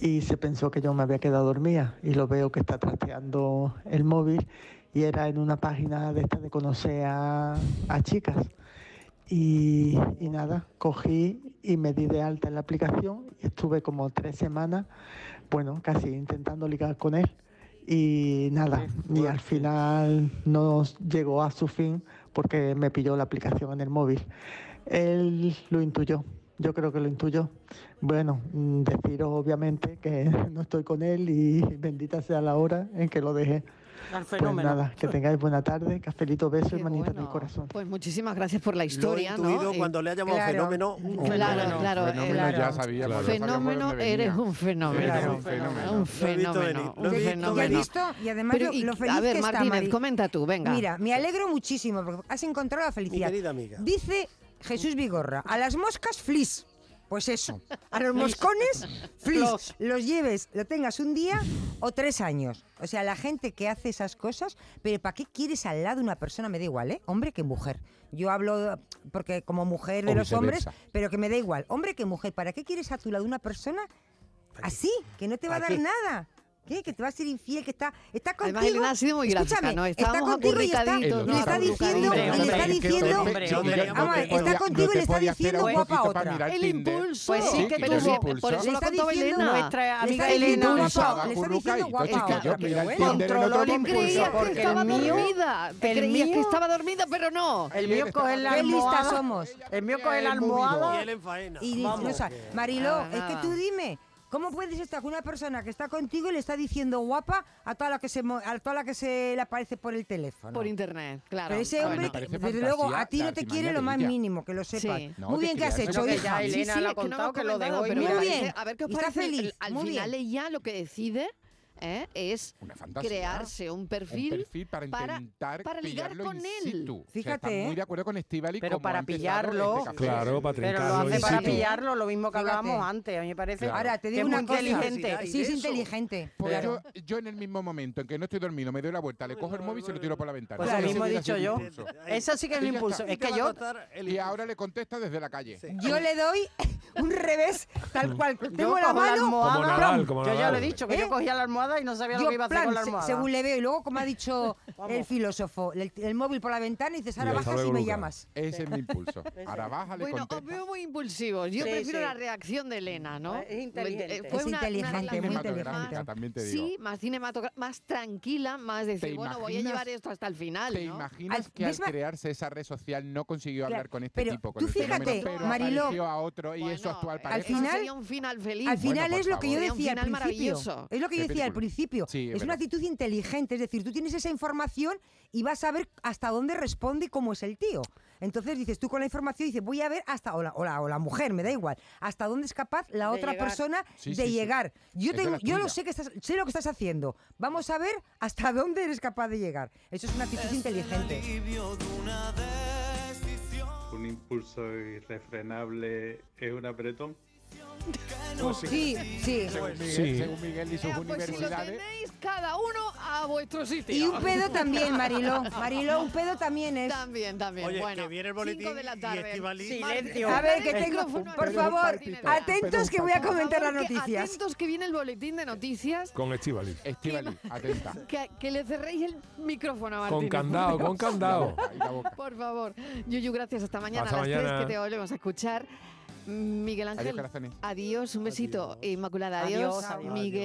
Speaker 25: y se pensó que yo me había quedado dormida y lo veo que está trasteando el móvil y era en una página de esta de conocer a, a chicas. Y, y nada, cogí y me di de alta en la aplicación y estuve como tres semanas, bueno, casi intentando ligar con él. Y nada, y al final no llegó a su fin porque me pilló la aplicación en el móvil. Él lo intuyó, yo creo que lo intuyó. Bueno, mm, deciros obviamente que no estoy con él y bendita sea la hora en que lo dejé.
Speaker 7: Al
Speaker 25: Pues
Speaker 1: fenómeno.
Speaker 25: nada, que tengáis buena tarde, cafelito, beso y
Speaker 1: Qué
Speaker 25: manita en
Speaker 1: bueno.
Speaker 25: el corazón.
Speaker 1: Pues muchísimas gracias por la historia. ¿no?
Speaker 25: intuido
Speaker 1: Y-
Speaker 25: cuando le ha llamado Claro. fenómeno, un
Speaker 1: Claro,
Speaker 25: fenómeno.
Speaker 1: claro. eh,
Speaker 25: Fenómeno ya
Speaker 1: claro.
Speaker 25: sabía, ya sabía por
Speaker 1: Fenómeno,
Speaker 25: dónde
Speaker 1: eres
Speaker 25: venía.
Speaker 1: un fenómeno.
Speaker 25: Eres un
Speaker 1: fenómeno. Un fenómeno.
Speaker 10: Lo he visto venir. Y además
Speaker 1: Pero,
Speaker 10: lo-
Speaker 1: y-
Speaker 10: lo feliz
Speaker 1: A ver,
Speaker 10: que está,
Speaker 1: Martínez,
Speaker 10: Mari.
Speaker 1: comenta tú, venga.
Speaker 10: Mira, me alegro muchísimo porque has encontrado la felicidad.
Speaker 1: querida amiga.
Speaker 10: Dice Jesús Vigorra, a las moscas flis. Pues eso, a los moscones flis.
Speaker 7: Flos.
Speaker 10: Los lleves, lo tengas un día o tres años. O sea, la gente que hace esas cosas, pero ¿para qué quieres al lado una persona? Me da igual, ¿eh? Hombre que mujer. Yo hablo porque como mujer de
Speaker 26: O
Speaker 10: los hombres,
Speaker 26: viceversa.
Speaker 10: pero que me da igual. Hombre que mujer, ¿para qué quieres a tu lado una persona así? Que no te va a
Speaker 1: ¿Para
Speaker 10: dar
Speaker 1: qué?
Speaker 10: nada. ¿Qué? Que te va a ser infiel, que está, está contigo.
Speaker 1: Además, Elena ha sido muy gráfica,
Speaker 10: escúchame,
Speaker 1: ¿no?
Speaker 10: está
Speaker 1: Estábamos
Speaker 10: contigo y está, y
Speaker 1: acurrucaditos,
Speaker 10: le
Speaker 1: ¿no?
Speaker 10: está
Speaker 1: Hombre,
Speaker 10: diciendo, y
Speaker 1: hombre,
Speaker 10: le está
Speaker 1: hombre,
Speaker 10: diciendo,
Speaker 1: hombre, hombre,
Speaker 10: vamos a ver,
Speaker 1: hombre,
Speaker 10: está
Speaker 1: hombre,
Speaker 10: contigo y le está
Speaker 1: podía hacer
Speaker 10: diciendo
Speaker 1: un
Speaker 10: guapa a
Speaker 1: poquito para
Speaker 10: otra.
Speaker 1: mirar El Tinder. impulso. Pues sí, que tú- por eso
Speaker 10: Le
Speaker 1: lo ha
Speaker 10: está
Speaker 1: contado
Speaker 10: diciendo-
Speaker 1: Elena.
Speaker 10: Nuestra
Speaker 1: Le
Speaker 10: amiga
Speaker 1: está
Speaker 10: Elena.
Speaker 1: diciendo
Speaker 10: Guapa,
Speaker 1: guapa.
Speaker 10: le está diciendo
Speaker 1: Acurrucadito,
Speaker 10: guapa a
Speaker 1: chica, yo
Speaker 10: otra.
Speaker 1: mira
Speaker 10: Pero
Speaker 1: el
Speaker 10: bueno.
Speaker 1: Tinder en otro Controló el momento. creías que
Speaker 10: Porque el
Speaker 1: estaba
Speaker 10: mío-
Speaker 1: dormida, te
Speaker 10: el
Speaker 1: creías que
Speaker 10: mío-
Speaker 1: estaba dormida, pero no.
Speaker 7: El mío coge la
Speaker 10: Qué listas
Speaker 7: almohada.
Speaker 10: somos.
Speaker 7: El mío coge la
Speaker 10: movido.
Speaker 7: almohada.
Speaker 10: Y él en Y dice, no sabe. Mariló,
Speaker 7: Nada,
Speaker 10: es que
Speaker 7: nada.
Speaker 10: tú dime, ¿Cómo puedes estar con una persona que está contigo y le está diciendo guapa a toda la que se, mo- a toda la que se le aparece por el teléfono?
Speaker 1: Por internet, claro.
Speaker 10: Pero ese
Speaker 1: Bueno,
Speaker 10: hombre,
Speaker 1: me parece
Speaker 10: desde
Speaker 1: fantasía,
Speaker 10: luego, a ti
Speaker 1: la
Speaker 10: no te
Speaker 1: artimaña
Speaker 10: quiere
Speaker 1: de
Speaker 10: lo más
Speaker 1: Villa.
Speaker 10: mínimo, que lo sepas.
Speaker 1: Sí.
Speaker 10: Muy bien que has hecho, hija.
Speaker 1: Sí, sí, es que no hemos comentado, pero me
Speaker 10: Muy
Speaker 1: parece-
Speaker 10: bien.
Speaker 1: Eh, A ver qué os
Speaker 10: Y está
Speaker 1: parece. el-
Speaker 10: feliz.
Speaker 1: al
Speaker 10: Muy bien.
Speaker 1: final ella lo que decide eh, es
Speaker 6: fantasía.
Speaker 1: crearse un perfil,
Speaker 6: Un perfil para intentar
Speaker 1: para ligar
Speaker 6: pillarlo
Speaker 1: con
Speaker 6: in
Speaker 1: él.
Speaker 6: situ. O sea,
Speaker 1: Fíjate,
Speaker 6: está
Speaker 1: ¿eh?
Speaker 6: muy de acuerdo con Estivali
Speaker 7: Pero para pillarlo-
Speaker 4: Claro, para
Speaker 7: Pero lo
Speaker 4: trincarlo
Speaker 7: hace
Speaker 4: in
Speaker 7: para
Speaker 4: situ.
Speaker 7: pillarlo, lo mismo que
Speaker 10: Fíjate.
Speaker 7: hablábamos antes. A mí me parece
Speaker 6: Claro.
Speaker 10: Ahora, te digo
Speaker 7: que es
Speaker 10: una
Speaker 7: muy
Speaker 10: cosa.
Speaker 7: inteligente.
Speaker 10: Sí, es inteligente.
Speaker 6: Pues
Speaker 10: Claro.
Speaker 6: yo, yo en el mismo momento en que no estoy dormido, me doy la vuelta, le cojo el móvil y se lo tiro por la ventana.
Speaker 7: Pues
Speaker 6: Ese
Speaker 7: lo mismo he
Speaker 6: hubiera sido
Speaker 7: dicho yo.
Speaker 6: mi impulso.
Speaker 7: Eso sí que es
Speaker 6: Y
Speaker 7: un
Speaker 6: ya
Speaker 7: impulso.
Speaker 6: está.
Speaker 7: Es que yo...
Speaker 6: Y ahora le contesta desde la calle.
Speaker 10: Yo le doy un revés
Speaker 7: Mm.
Speaker 10: tal cual. Tengo la
Speaker 7: cojo
Speaker 10: mano.
Speaker 7: almohada,
Speaker 6: Como Nadal, como
Speaker 7: yo ya
Speaker 6: Nadal.
Speaker 7: lo he dicho, que
Speaker 10: ¿Eh?
Speaker 7: yo cogía la almohada y no sabía lo
Speaker 10: Yo,
Speaker 7: que iba a hacer
Speaker 10: plan,
Speaker 7: con la
Speaker 10: se-
Speaker 7: almohada.
Speaker 10: según le veo. Y luego, como ha dicho
Speaker 7: Vamos.
Speaker 10: el filósofo, el, el móvil por la ventana y dices, ahora
Speaker 6: Y
Speaker 10: bajas
Speaker 6: hasta luego,
Speaker 10: y me
Speaker 6: Luca.
Speaker 10: llamas.
Speaker 6: Ese es mi impulso.
Speaker 1: Pues
Speaker 6: Ahora baja, le
Speaker 1: Bueno, os
Speaker 6: contesta.
Speaker 1: veo muy impulsivos. Yo
Speaker 10: Sí,
Speaker 1: prefiero
Speaker 10: sí.
Speaker 1: la reacción de Elena, ¿no?
Speaker 10: Es inteligente.
Speaker 1: Eh, Fue
Speaker 10: Es
Speaker 1: una, una
Speaker 10: inteligente, muy
Speaker 1: relación
Speaker 10: inteligente.
Speaker 1: más-
Speaker 6: también te
Speaker 1: Sí, más cinematográfica, más tranquila, más decir,
Speaker 6: ¿Te
Speaker 1: bueno, voy a
Speaker 6: imaginas-
Speaker 1: llevar esto hasta el final.
Speaker 6: ¿Te
Speaker 1: ¿no?
Speaker 6: imaginas que al crearse esa red social no consiguió
Speaker 1: Claro,
Speaker 6: hablar con este
Speaker 1: pero
Speaker 6: tipo? Con
Speaker 1: tú
Speaker 6: el fenómeno,
Speaker 1: fíjate,
Speaker 6: pero
Speaker 1: Mariló,
Speaker 6: apareció a otro y eso actual
Speaker 1: Al
Speaker 6: pareja.
Speaker 1: final sería un final feliz.
Speaker 10: Al final
Speaker 6: Bueno, por
Speaker 10: es lo que yo
Speaker 6: favor.
Speaker 1: Sería un
Speaker 10: decía al
Speaker 1: final
Speaker 10: principio.
Speaker 1: maravilloso.
Speaker 10: Es lo que
Speaker 6: Qué
Speaker 10: yo decía al
Speaker 6: película.
Speaker 10: principio.
Speaker 6: Sí, es
Speaker 10: es una
Speaker 6: verdad.
Speaker 10: actitud inteligente, es decir, tú tienes esa información y vas a ver hasta dónde responde y cómo es el tío. Entonces dices tú con la información dices, voy a ver hasta o la, o la- o la mujer, me da igual, hasta dónde es capaz la
Speaker 7: De
Speaker 10: otra
Speaker 7: llegar.
Speaker 10: persona
Speaker 7: Sí,
Speaker 10: de
Speaker 7: sí, sí.
Speaker 10: llegar. Yo
Speaker 7: Esa
Speaker 10: tengo
Speaker 7: es la
Speaker 10: yo lo
Speaker 7: tuya.
Speaker 10: sé que estás sé lo que estás haciendo. Vamos a ver hasta dónde eres capaz de llegar. Eso es una actitud inteligente.
Speaker 12: Un impulso irrefrenable es un apretón.
Speaker 10: Sí, sí.
Speaker 6: Según Miguel,
Speaker 12: Sí.
Speaker 6: según Miguel y sus
Speaker 1: Vea, pues si lo
Speaker 6: universidades.
Speaker 1: tenéis cada uno a vuestro sitio.
Speaker 10: Y un pedo también, Mariló. Mariló, un pedo también es.
Speaker 1: También, también.
Speaker 10: Oye,
Speaker 1: bueno,
Speaker 10: que viene el
Speaker 1: boletín de la tarde. Silencio.
Speaker 10: A ver, que tengo. Por favor, atentos que voy a comentar las
Speaker 1: Por favor, que
Speaker 10: noticias.
Speaker 1: Atentos que viene el boletín de noticias.
Speaker 4: Con Estivali.
Speaker 6: Estivali, atenta.
Speaker 1: Que, que le cerréis el micrófono a
Speaker 4: Con
Speaker 1: Martín.
Speaker 4: candado, con candado.
Speaker 1: Por favor. Yuyu, gracias. Hasta mañana
Speaker 4: Hasta
Speaker 1: a las
Speaker 4: mañana.
Speaker 1: 3 que te volvemos a escuchar. Miguel Ángel,
Speaker 6: Adiós, corazones.
Speaker 1: adiós, un besito. Inmaculada, adiós.
Speaker 6: Adiós, adiós.
Speaker 1: Miguel.